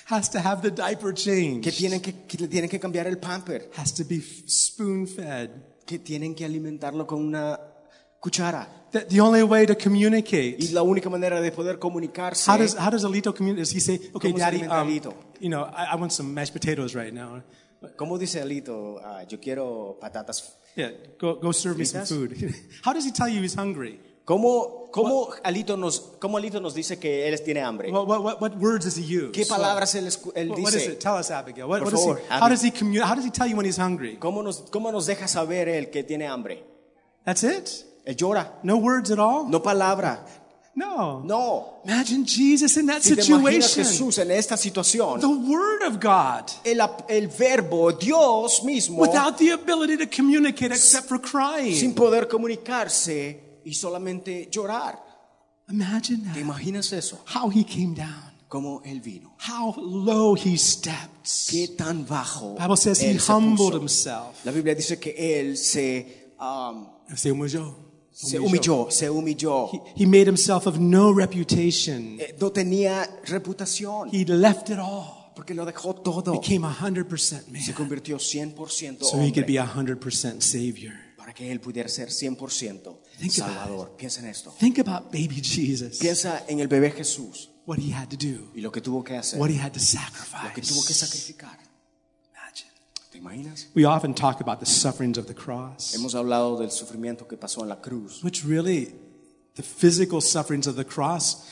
Speaker 1: has to have the diaper
Speaker 2: que,
Speaker 1: changed,
Speaker 2: tienen que, que le tienen que cambiar el pamper,
Speaker 1: has to be spoon fed.
Speaker 2: que tienen que alimentarlo con una cuchara.
Speaker 1: That the only way to
Speaker 2: Y
Speaker 1: communicate.
Speaker 2: la única manera de poder comunicarse
Speaker 1: How does how does Alito communicate? Does he say, "Okay,
Speaker 2: ¿Cómo se
Speaker 1: Daddy,
Speaker 2: alimenta
Speaker 1: um,
Speaker 2: Alito?
Speaker 1: you know, I, I want some mashed potatoes right now."
Speaker 2: como dice Alito, Ah, yo quiero patatas.
Speaker 1: Yeah, go go serve me some
Speaker 2: Fritas?
Speaker 1: food. [laughs] how does he tell you he's hungry?
Speaker 2: ¿Cómo, cómo, Alito nos, ¿Cómo Alito nos dice que él tiene hambre?
Speaker 1: What what what, what words does he use?
Speaker 2: ¿Qué palabras él, escu- él
Speaker 1: What, what is
Speaker 2: dice?
Speaker 1: it? Tell us, Abigail. What, what
Speaker 2: Por
Speaker 1: is
Speaker 2: favor,
Speaker 1: he, how
Speaker 2: Abby.
Speaker 1: does he communicate? How does he tell you when he's hungry?
Speaker 2: ¿Cómo nos, ¿Cómo nos deja saber él que tiene hambre?
Speaker 1: That's it.
Speaker 2: Él llora.
Speaker 1: No words at all.
Speaker 2: No palabra.
Speaker 1: No.
Speaker 2: No.
Speaker 1: Imagine Jesus in that
Speaker 2: Si te imaginas
Speaker 1: situation.
Speaker 2: Jesús en esta situación,
Speaker 1: The Word of God.
Speaker 2: el, ap- el verbo Dios mismo,
Speaker 1: Without the ability to communicate except for crying.
Speaker 2: sin poder comunicarse y solamente llorar.
Speaker 1: Imagine
Speaker 2: ¿Te
Speaker 1: that.
Speaker 2: imaginas eso?
Speaker 1: How he came down.
Speaker 2: Cómo él vino.
Speaker 1: How low he stepped.
Speaker 2: Qué tan bajo.
Speaker 1: Bible says he
Speaker 2: él se
Speaker 1: humbled
Speaker 2: puso.
Speaker 1: himself.
Speaker 2: La Biblia dice que él se, um,
Speaker 1: Se humilló.
Speaker 2: se humilló, se humilló.
Speaker 1: He, he made himself of no reputation.
Speaker 2: Eh, No tenía reputación.
Speaker 1: He left it all
Speaker 2: porque lo dejó todo.
Speaker 1: became 100%
Speaker 2: Se
Speaker 1: man
Speaker 2: convirtió 100%
Speaker 1: so he could be
Speaker 2: hombre
Speaker 1: 100% savior.
Speaker 2: para que él pudiera ser 100%
Speaker 1: Think about
Speaker 2: salvador. Piensa en esto.
Speaker 1: Think about baby Jesus,
Speaker 2: Piensa en el bebé Jesús
Speaker 1: what he had to do,
Speaker 2: y lo que tuvo que hacer,
Speaker 1: what he had to
Speaker 2: lo que tuvo que
Speaker 1: sacrifice.
Speaker 2: sacrificar.
Speaker 1: Imagine.
Speaker 2: ¿Te imaginas?
Speaker 1: We often talk about the sufferings of the cross,
Speaker 2: Hemos hablado del sufrimiento que pasó en la cruz,
Speaker 1: which really, the physical sufferings of the cross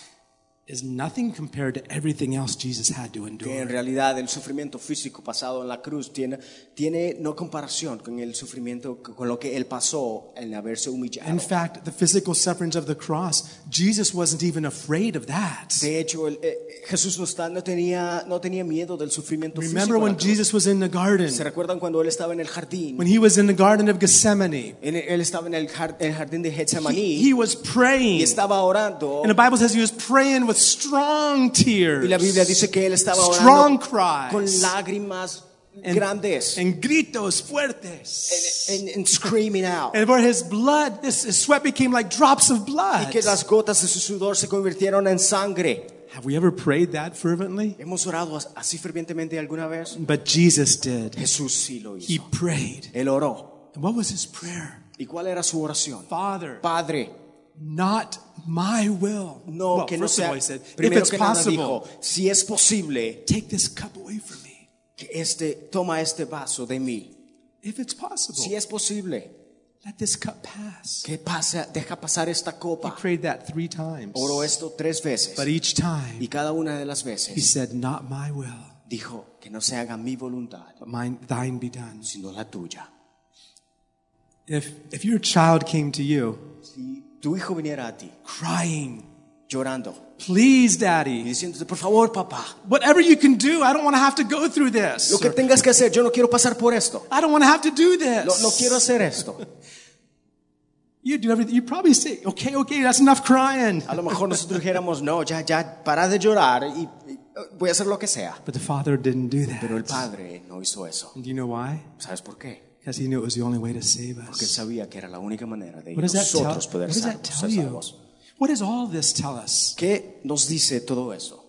Speaker 1: is nothing compared to everything else Jesus had to
Speaker 2: que en
Speaker 1: endure.
Speaker 2: realidad el sufrimiento físico pasado en la cruz tiene, tiene no comparación con el sufrimiento que- con lo que él pasó en haberse
Speaker 1: In
Speaker 2: humillado.
Speaker 1: fact, the physical sufferings of the cross, Jesus wasn't even afraid of that.
Speaker 2: De hecho, el- eh, Jesús no, está- no, tenía, no tenía miedo del sufrimiento físico.
Speaker 1: Remember
Speaker 2: en la
Speaker 1: when
Speaker 2: cruz.
Speaker 1: Jesus was in the garden,
Speaker 2: ¿Se recuerdan cuando él estaba en el jardín?
Speaker 1: when he was in the Garden of Gethsemane,
Speaker 2: Él, él estaba en el, jar- el jardín de
Speaker 1: he,
Speaker 2: Getsemaní
Speaker 1: he was
Speaker 2: y
Speaker 1: praying.
Speaker 2: estaba orando.
Speaker 1: And the Bible says he was praying with strong tears.
Speaker 2: Y la Biblia dice que él estaba
Speaker 1: Strong
Speaker 2: orando
Speaker 1: cries.
Speaker 2: con lágrimas
Speaker 1: and,
Speaker 2: grandes,
Speaker 1: And gritos fuertes.
Speaker 2: en- en screaming out.
Speaker 1: and where his blood, this his sweat became like drops of blood.
Speaker 2: que las gotas de su sudor se convirtieron en sangre.
Speaker 1: Have we ever prayed that fervently?
Speaker 2: ¿Hemos orado as- así fervientemente alguna vez?
Speaker 1: But Jesus did.
Speaker 2: Jesús sí lo
Speaker 1: He
Speaker 2: hizo.
Speaker 1: prayed.
Speaker 2: Él oró.
Speaker 1: And what was his prayer?
Speaker 2: ¿Y cuál era su oración?
Speaker 1: Father,
Speaker 2: Padre,
Speaker 1: not my will.
Speaker 2: no,
Speaker 1: well,
Speaker 2: que no
Speaker 1: first of
Speaker 2: sea.
Speaker 1: all, he said, if
Speaker 2: Primero
Speaker 1: it's
Speaker 2: que nada
Speaker 1: possible,
Speaker 2: dijo, si es posible,
Speaker 1: take this cup away from me.
Speaker 2: que este, toma este vaso de mí.
Speaker 1: If it's possible,
Speaker 2: Si es posible,
Speaker 1: let this cup pass.
Speaker 2: que pasa, deja pasar esta
Speaker 1: He
Speaker 2: copa.
Speaker 1: prayed that three times.
Speaker 2: Oró esto tres veces.
Speaker 1: But each time,
Speaker 2: Y cada una de las
Speaker 1: He
Speaker 2: veces
Speaker 1: said, Not my will,
Speaker 2: dijo, que no se haga mi voluntad,
Speaker 1: but mine, thine be done.
Speaker 2: sino la tuya.
Speaker 1: If, if your child came to you
Speaker 2: Si tu hijo viniera a ti
Speaker 1: crying,
Speaker 2: llorando
Speaker 1: Please,
Speaker 2: y
Speaker 1: Daddy,
Speaker 2: diciéndote, por favor, papá,
Speaker 1: whatever you can do, I don't want to have to go through this.
Speaker 2: Lo que
Speaker 1: Or,
Speaker 2: tengas que hacer, yo no quiero pasar por esto.
Speaker 1: I don't want to have to do
Speaker 2: No,
Speaker 1: this.
Speaker 2: no quiero hacer esto.
Speaker 1: You do everything. You probably say, Okay, okay, that's enough crying.
Speaker 2: A lo mejor nosotros dijéramos, no, ya, ya, para de llorar y, y, eh, voy a hacer lo que sea.
Speaker 1: But the father didn't do that.
Speaker 2: Pero el padre no hizo eso.
Speaker 1: And do you know why?
Speaker 2: ¿Sabes por qué?
Speaker 1: Because he knew it was the only way to save
Speaker 2: Porque él
Speaker 1: us.
Speaker 2: sabía que era la única manera de
Speaker 1: What does that tell,
Speaker 2: nosotros
Speaker 1: what
Speaker 2: poder
Speaker 1: does
Speaker 2: sal-
Speaker 1: that tell
Speaker 2: ser
Speaker 1: you?
Speaker 2: salvos.
Speaker 1: What does all this tell us?
Speaker 2: ¿Qué nos dice todo eso?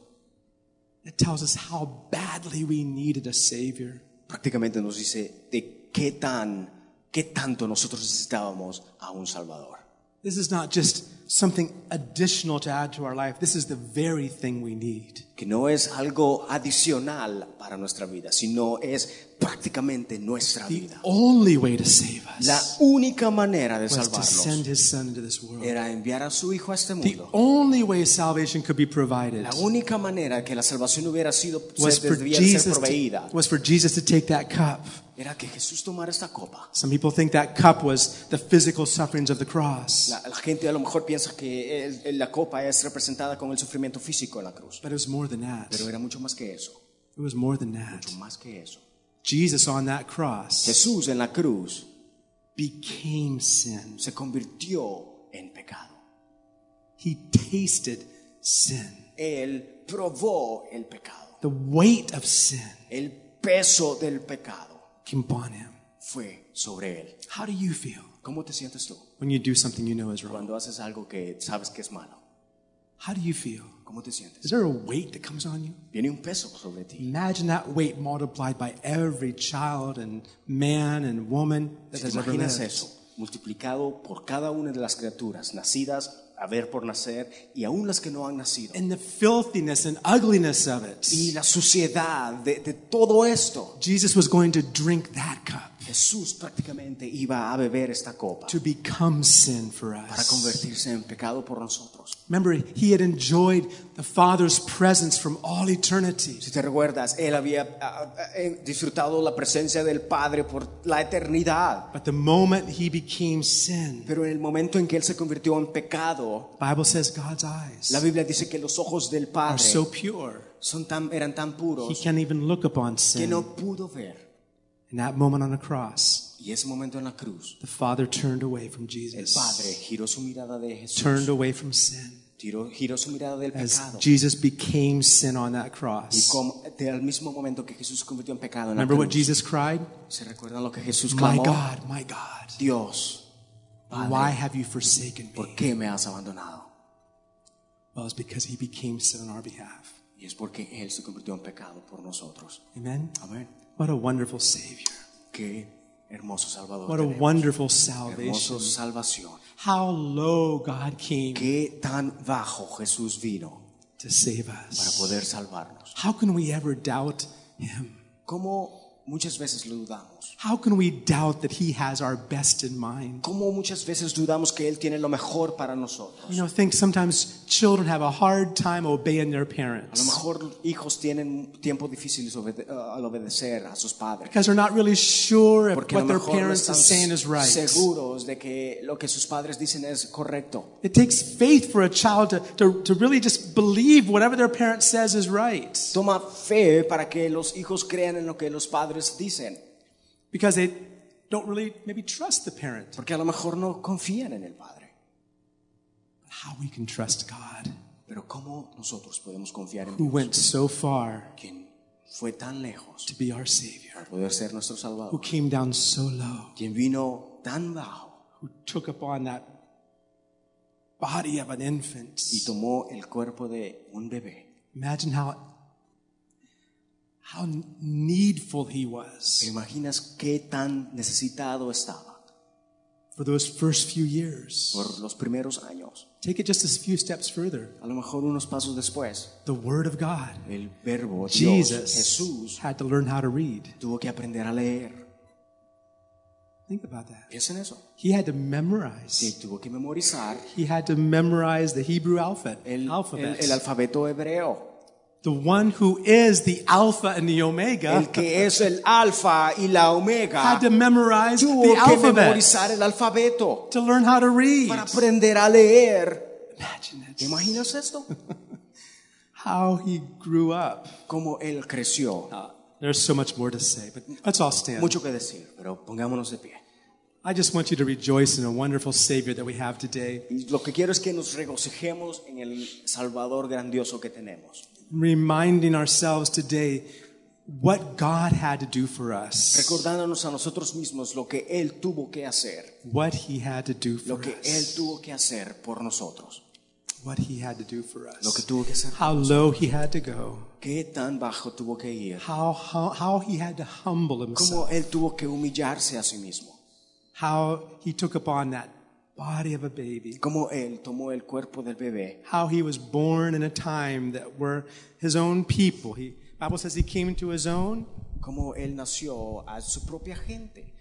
Speaker 1: It tells us how badly we needed a Savior.
Speaker 2: Prácticamente nos dice de qué tan, qué tanto nosotros necesitábamos a un Salvador.
Speaker 1: This is not just something additional to add to our life. This is the very thing we need.
Speaker 2: Que no es algo adicional para nuestra vida, sino es prácticamente nuestra
Speaker 1: The
Speaker 2: vida.
Speaker 1: only way to save
Speaker 2: La
Speaker 1: us
Speaker 2: única manera de
Speaker 1: was Pues, to send
Speaker 2: salvarlos
Speaker 1: his son into this world.
Speaker 2: era enviar a su hijo a este
Speaker 1: The
Speaker 2: mundo.
Speaker 1: only way salvation could be provided
Speaker 2: La única manera que la salvación hubiera sido
Speaker 1: was
Speaker 2: se
Speaker 1: for,
Speaker 2: debía de ser
Speaker 1: Jesus to,
Speaker 2: proveída
Speaker 1: was for Jesus to take that cup.
Speaker 2: era que Jesús tomara esta copa.
Speaker 1: Some people think that cup was the physical sufferings of the cross,
Speaker 2: La, la gente a lo mejor piensa que el- la copa es representada con el sufrimiento físico en la cruz,
Speaker 1: but it was more than that.
Speaker 2: pero era mucho más que eso,
Speaker 1: It was more than that.
Speaker 2: mucho más que eso.
Speaker 1: Jesus on that cross
Speaker 2: Jesús en la cruz
Speaker 1: became sin.
Speaker 2: se convirtió en pecado.
Speaker 1: He tasted sin,
Speaker 2: Él probó el pecado.
Speaker 1: the weight of sin.
Speaker 2: El peso del pecado
Speaker 1: came upon him.
Speaker 2: fue sobre él.
Speaker 1: How do you feel
Speaker 2: ¿Cómo te sientes tú?
Speaker 1: when you do something you know is wrong?
Speaker 2: cuando haces algo que sabes que es malo,
Speaker 1: How do you feel?
Speaker 2: ¿cómo te
Speaker 1: Is
Speaker 2: sientes?
Speaker 1: there a weight that comes on you?
Speaker 2: Viene un peso sobre ti.
Speaker 1: Imagine that weight multiplied by every child and man and woman that
Speaker 2: Si te
Speaker 1: has ever
Speaker 2: imaginas
Speaker 1: lived.
Speaker 2: eso, multiplicado por cada una de las criaturas nacidas, a ver por nacer, y aún las que no han nacido.
Speaker 1: And the filthiness and ugliness of it.
Speaker 2: Y la suciedad de, de todo esto.
Speaker 1: Jesus was going to drink that cup
Speaker 2: Jesús prácticamente iba a beber esta copa
Speaker 1: to become sin for
Speaker 2: para
Speaker 1: us.
Speaker 2: convertirse en pecado por nosotros.
Speaker 1: Remember, he had enjoyed the Father's presence from all eternity.
Speaker 2: Si te recuerdas, él había ah, ah, eh, disfrutado la presencia del Padre por la eternidad.
Speaker 1: But the moment he became sin,
Speaker 2: Pero en el momento en que él se convirtió en pecado,
Speaker 1: the Bible says God's
Speaker 2: La
Speaker 1: eyes
Speaker 2: Biblia dice que los ojos del
Speaker 1: are
Speaker 2: Padre
Speaker 1: so pure.
Speaker 2: son tan, eran tan
Speaker 1: He
Speaker 2: puros
Speaker 1: can't even look upon
Speaker 2: que
Speaker 1: sin.
Speaker 2: no pudo ver.
Speaker 1: In that moment on the cross,
Speaker 2: Y ese momento en la cruz,
Speaker 1: the Father turned away from
Speaker 2: el
Speaker 1: Jesus.
Speaker 2: Padre giró su mirada de Jesús,
Speaker 1: Turned away from sin.
Speaker 2: tiró- giró su mirada del
Speaker 1: As
Speaker 2: pecado.
Speaker 1: Jesus became sin on that
Speaker 2: Y
Speaker 1: cross.
Speaker 2: como, del mismo momento que Jesús se convirtió en pecado en la
Speaker 1: Remember what
Speaker 2: cruz,
Speaker 1: Jesus cried?
Speaker 2: ¿se recuerdan lo que Jesús
Speaker 1: My
Speaker 2: clamó?
Speaker 1: God, my God,
Speaker 2: Dios, Padre,
Speaker 1: why have you forsaken me?
Speaker 2: ¿por qué me has abandonado?
Speaker 1: Well, it's because he became sin on our behalf.
Speaker 2: Y es porque Él se convirtió en pecado por nosotros.
Speaker 1: Amen.
Speaker 2: Amén.
Speaker 1: What a wonderful Savior.
Speaker 2: Qué hermoso Salvador.
Speaker 1: What a
Speaker 2: tenemos.
Speaker 1: wonderful
Speaker 2: hermoso
Speaker 1: salvation.
Speaker 2: salvación.
Speaker 1: How low God came
Speaker 2: Qué tan bajo Jesús vino
Speaker 1: to save
Speaker 2: para
Speaker 1: us.
Speaker 2: poder salvarnos.
Speaker 1: How can we ever doubt Him?
Speaker 2: Cómo muchas veces lo dudamos.
Speaker 1: How can we doubt that He has our best in mind?
Speaker 2: Cómo muchas veces dudamos que Él tiene lo mejor para nosotros.
Speaker 1: You know, I think sometimes children have a hard time obeying their
Speaker 2: A lo
Speaker 1: parents
Speaker 2: mejor hijos tienen tiempo difícil obede- uh, al obedecer a sus padres.
Speaker 1: because they're not really sure if
Speaker 2: Porque a
Speaker 1: what
Speaker 2: lo
Speaker 1: their
Speaker 2: mejor no
Speaker 1: parents are
Speaker 2: están
Speaker 1: saying is right.
Speaker 2: seguros de que lo que sus padres dicen es correcto.
Speaker 1: It takes faith for a child to, to, to really just believe whatever their parent says is right
Speaker 2: Toma fe para que los hijos crean en lo que los padres dicen,
Speaker 1: because they don't really maybe trust the parent.
Speaker 2: porque a lo mejor no confían en el padre.
Speaker 1: How we can trust God
Speaker 2: Pero ¿cómo nosotros podemos confiar en
Speaker 1: who
Speaker 2: Dios,
Speaker 1: went so far
Speaker 2: quien fue tan lejos
Speaker 1: to be our Savior,
Speaker 2: para poder ser nuestro
Speaker 1: who
Speaker 2: Salvador,
Speaker 1: came down so low,
Speaker 2: quien vino tan bajo
Speaker 1: who took upon that body of an infant?
Speaker 2: y tomó el cuerpo de un bebé?
Speaker 1: Imagine how, how needful he
Speaker 2: ¿Te
Speaker 1: was
Speaker 2: imaginas qué tan necesitado estaba
Speaker 1: for those first few years.
Speaker 2: por los primeros años?
Speaker 1: Take it just a few steps further.
Speaker 2: A lo mejor unos pasos después,
Speaker 1: The Word of God.
Speaker 2: el verbo Dios,
Speaker 1: Jesus
Speaker 2: Jesús,
Speaker 1: had to learn how to read.
Speaker 2: tuvo que aprender a leer.
Speaker 1: Think about that.
Speaker 2: Piensa en eso.
Speaker 1: He had to
Speaker 2: Sí,
Speaker 1: memorize.
Speaker 2: tuvo que memorizar
Speaker 1: He had to memorize the Hebrew alphabet.
Speaker 2: el, el-
Speaker 1: alphabet.
Speaker 2: el alfabeto hebreo,
Speaker 1: the one who is the Alpha and the Omega
Speaker 2: el que es el alfa y la omega.
Speaker 1: had to memorize
Speaker 2: Tuvo
Speaker 1: the
Speaker 2: que
Speaker 1: alphabet
Speaker 2: memorizar el alfabeto
Speaker 1: to learn how to read.
Speaker 2: para aprender a leer.
Speaker 1: Imagine
Speaker 2: ¿Te
Speaker 1: it.
Speaker 2: imaginas [laughs] esto?
Speaker 1: How he grew up.
Speaker 2: Cómo él creció.
Speaker 1: Uh, there's so much more to say, but let's all stand.
Speaker 2: Mucho que decir, pero pongámonos de pie.
Speaker 1: I just want you to rejoice in a wonderful Savior that we have today.
Speaker 2: Y lo que quiero es que nos regocijemos en el Salvador grandioso que tenemos.
Speaker 1: Reminding ourselves today what God had to do for us,
Speaker 2: Recordándonos a nosotros mismos lo que Él tuvo que hacer,
Speaker 1: what He had to do for
Speaker 2: lo que Él
Speaker 1: us,
Speaker 2: tuvo que hacer por nosotros,
Speaker 1: what He had to do for
Speaker 2: lo que
Speaker 1: us,
Speaker 2: tuvo que hacer,
Speaker 1: how low He had to go,
Speaker 2: qué tan bajo tuvo que ir,
Speaker 1: how, how, how He had to humble
Speaker 2: cómo
Speaker 1: Himself,
Speaker 2: Él tuvo que humillarse a sí mismo,
Speaker 1: how He took upon that body of a baby,
Speaker 2: cómo Él tomó el cuerpo del bebé,
Speaker 1: how He was born in a time that were His own people. He, Bible says He came into His own,
Speaker 2: cómo Él nació a su propia gente.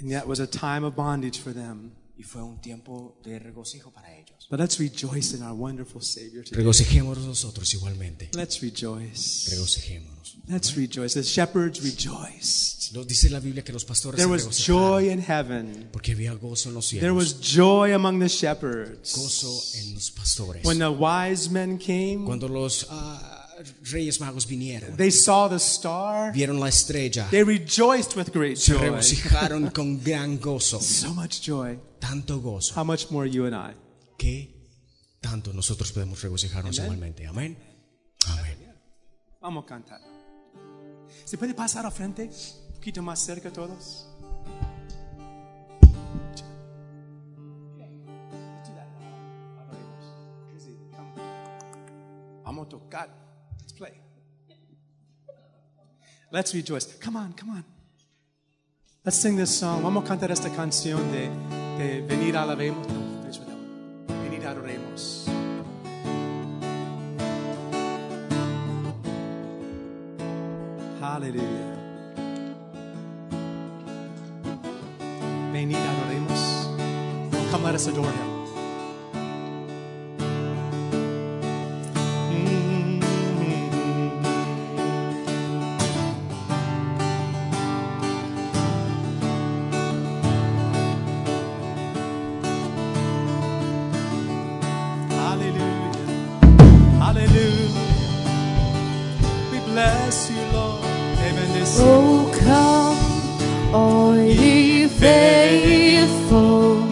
Speaker 1: and yet was a time of bondage for them.
Speaker 2: Y fue un tiempo de regocijo para ellos.
Speaker 1: But let's rejoice in our wonderful Savior today.
Speaker 3: Regocijémonos nosotros igualmente.
Speaker 1: Let's rejoice.
Speaker 3: Regocijémonos.
Speaker 1: Let's rejoice. The shepherds rejoiced.
Speaker 3: Nos dice la Biblia que los pastores
Speaker 1: There
Speaker 3: se
Speaker 1: was
Speaker 3: regocijaron
Speaker 1: joy in heaven.
Speaker 3: porque había gozo en los
Speaker 1: There
Speaker 3: cielos,
Speaker 1: was joy among the shepherds.
Speaker 3: gozo en los pastores.
Speaker 1: When the wise men came,
Speaker 3: Cuando los ah, reyes magos vinieron,
Speaker 1: they saw the star.
Speaker 3: vieron la estrella,
Speaker 1: They rejoiced with great
Speaker 3: se
Speaker 1: joy.
Speaker 3: regocijaron con gran
Speaker 1: [laughs]
Speaker 3: gozo,
Speaker 1: So much joy.
Speaker 3: tanto gozo
Speaker 1: How much more you and I?
Speaker 3: que tanto nosotros podemos regocijarnos igualmente. Amén. Amén.
Speaker 1: Vamos a cantar. ¿Se puede pasar al frente? Un poquito más cerca todos. Vamos a tocar. Let's play. Let's rejoice. Come on, come on. Let's sing this song. Vamos a cantar esta canción de, de Venir alabemos. No, finish with that one. Venir adoremos. Hallelujah. Venid, adoremos. Come, let us adore him. Mm-hmm. Hallelujah. Hallelujah. We bless you, Lord. Te bendecimos.
Speaker 4: Oh, come, all ye faithful,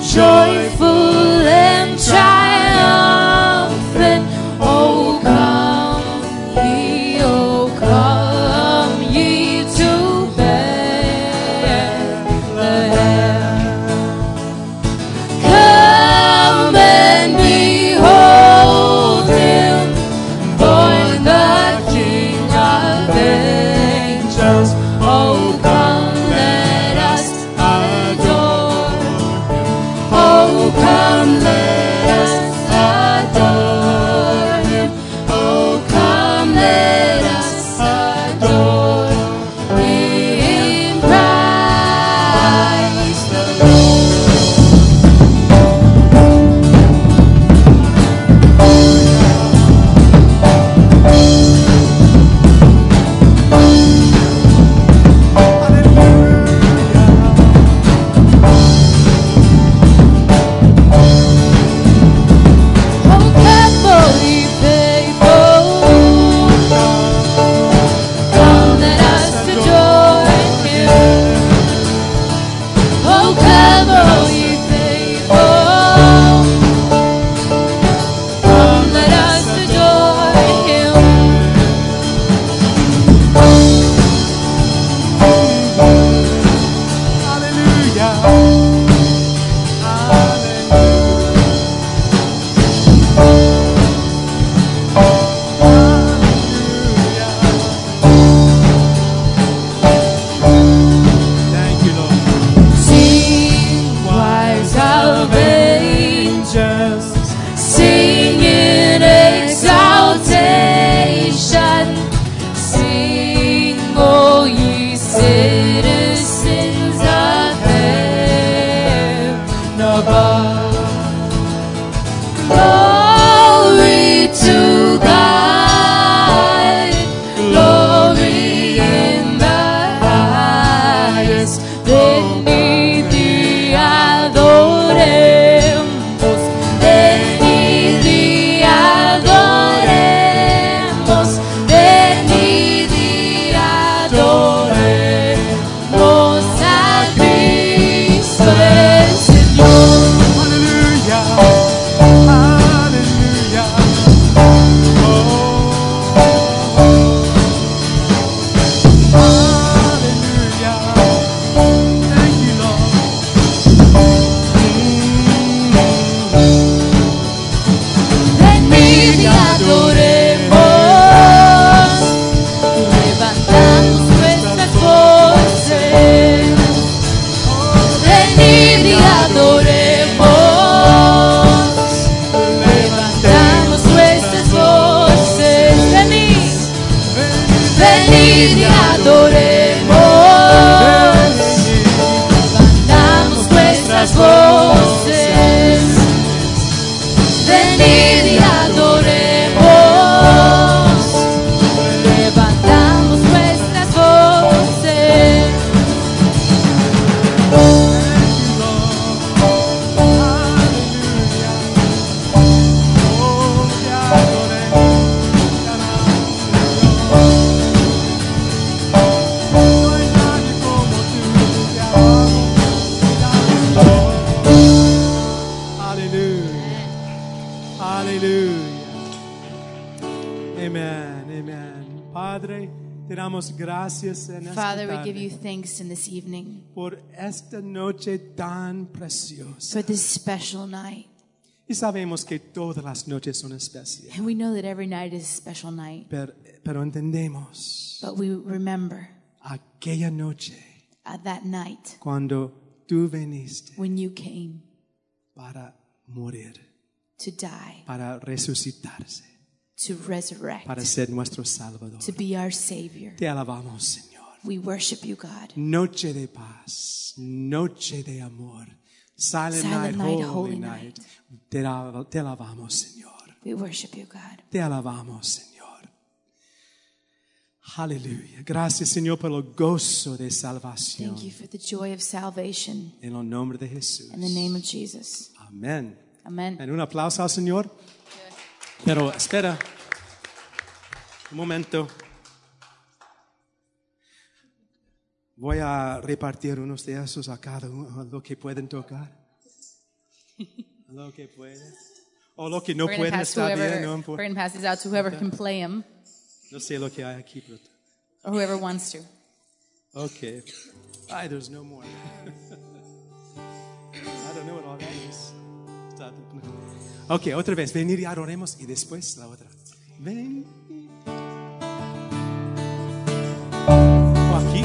Speaker 4: joyful Oh, come, let us adore Him. Oh, come, let us adore Him. Oh, come, let us adore Him in Christ the Lord. Oh, carefully faithful, come let us adore Him. Oh, carefully faithful, come let us adore Him.
Speaker 1: Oh, Thank you, Lord.
Speaker 4: Sing, choirs of angels, sing in exaltation. Sing, O ye citizens of heaven above. Glory to God, glory in the highest. Venid y adoremos, venid y adoremos, venid y adoremos a Cristo el Señor.
Speaker 1: Hallelujah. Hallelujah. Oh. Hallelujah. Thank you, Lord.
Speaker 4: Venid y adoremos, levantamos nuestras voces. Venid y adoremos, levantamos nuestras voces. Venid, venid y adoremos, levantamos nuestras voces. Venid y adoremos, levantamos nuestras voces.
Speaker 1: Amen, amen. Padre, te damos gracias en esta
Speaker 4: Father, we give
Speaker 1: tarde
Speaker 4: you thanks in this evening
Speaker 1: por esta noche tan preciosa.
Speaker 4: for this special night.
Speaker 1: Y sabemos que todas las noches son especiales,
Speaker 4: And we know that every night is a special night,
Speaker 1: pero, pero entendemos
Speaker 4: but we remember
Speaker 1: aquella noche
Speaker 4: at that night
Speaker 1: cuando tú viniste
Speaker 4: when you came
Speaker 1: para morir,
Speaker 4: to die,
Speaker 1: para resucitarse,
Speaker 4: to resurrect,
Speaker 1: para ser nuestro Salvador.
Speaker 4: to be our Savior.
Speaker 1: Te alabamos, Señor.
Speaker 4: We worship you, God.
Speaker 1: Noche de paz, noche de amor, silent, night,
Speaker 4: Silent night,
Speaker 1: holy
Speaker 4: holy
Speaker 1: night. Te, la- te alabamos, Señor.
Speaker 4: We worship you, God.
Speaker 1: Te alabamos, Señor. Aleluya. Gracias, Señor, por el gozo de salvación.
Speaker 4: Thank you for the joy of salvation
Speaker 1: En el nombre de Jesús.
Speaker 4: in the name of Jesus.
Speaker 1: Amén.
Speaker 4: Amen.
Speaker 1: En un aplauso al Señor. Pero espera. Un momento. Voy a repartir unos de esos a cada uno, a lo que pueden tocar. A lo que pueden. O lo que no
Speaker 5: We're going to
Speaker 1: pueden
Speaker 5: pass
Speaker 1: está bien.
Speaker 5: whoever.
Speaker 1: No,
Speaker 5: We're
Speaker 1: importa.
Speaker 5: going to pass these out to whoever can play them
Speaker 1: no sé lo que hay aquí. Pero...
Speaker 5: or whoever wants to.
Speaker 1: Okay. Hi, there's no more. I don't know what all that is. Stop. Okay, otra vez. Venir y adoremos y después la otra. Ven. ¿O aquí?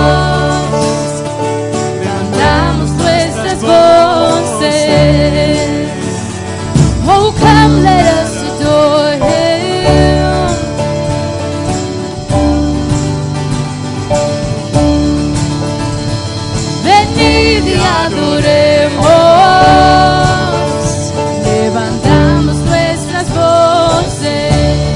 Speaker 4: adoremos, cantamos nuestras voces. Oh, come, let us adore Him. Venid y adoremos, levantamos nuestras voces.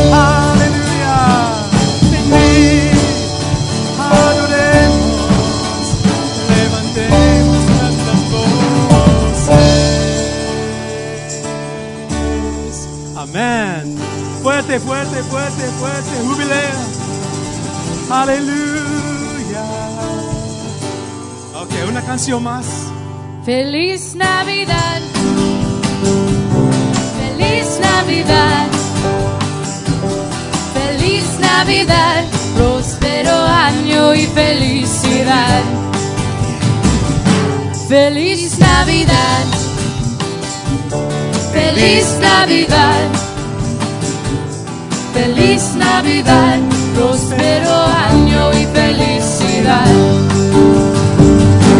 Speaker 1: Aleluya. Aleluya. Venid, adoremos, levantemos nuestras voces. Amén. Fuerte, fuerte, fuerte, fuerte. Jubilea. Aleluya. Ok, una canción más.
Speaker 4: Feliz Navidad. Feliz Navidad. Feliz Navidad. Próspero año y felicidad. Feliz Navidad. Feliz Navidad. Feliz Navidad. Próspero año y felicidad.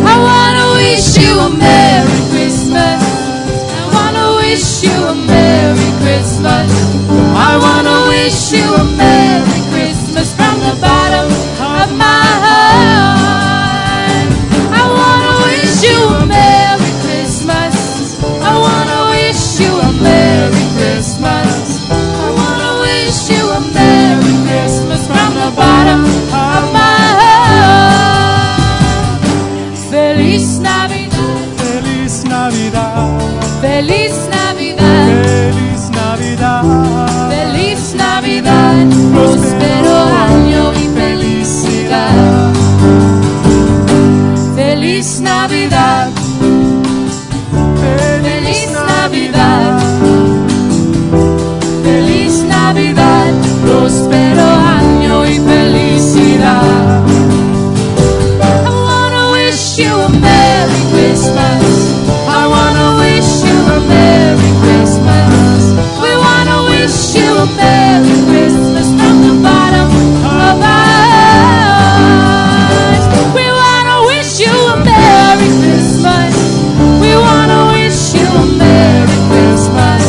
Speaker 4: I wanna wish you a Merry Christmas. I wanna wish you a Merry Christmas. I wanna wish you a Merry Christmas from the bottom of my heart. I wanna wish you a Merry Christmas. I wanna wish you a Merry Christmas. I wanna wish you a Merry Christmas from the bottom of my heart. Feliz Navidad,
Speaker 1: Feliz Navidad.
Speaker 4: feliz Navidad,
Speaker 1: Feliz Navidad.
Speaker 4: feliz Navidad, próspero año y felicidad. Feliz Navidad, feliz Navidad, feliz Navidad, próspero año y felicidad. I wanna wish you a Merry Christmas. I wanna wish you a Merry Christmas. We wanna wish you a Merry Christmas from the bottom of our hearts. We wanna wish you a Merry Christmas. We wanna wish you a Merry Christmas.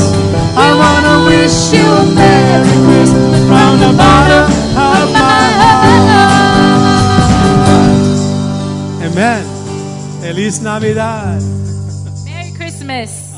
Speaker 4: I wanna wish you a Merry Christmas from the bottom of my heart.
Speaker 1: Amén. Feliz Navidad.
Speaker 5: Merry Christmas.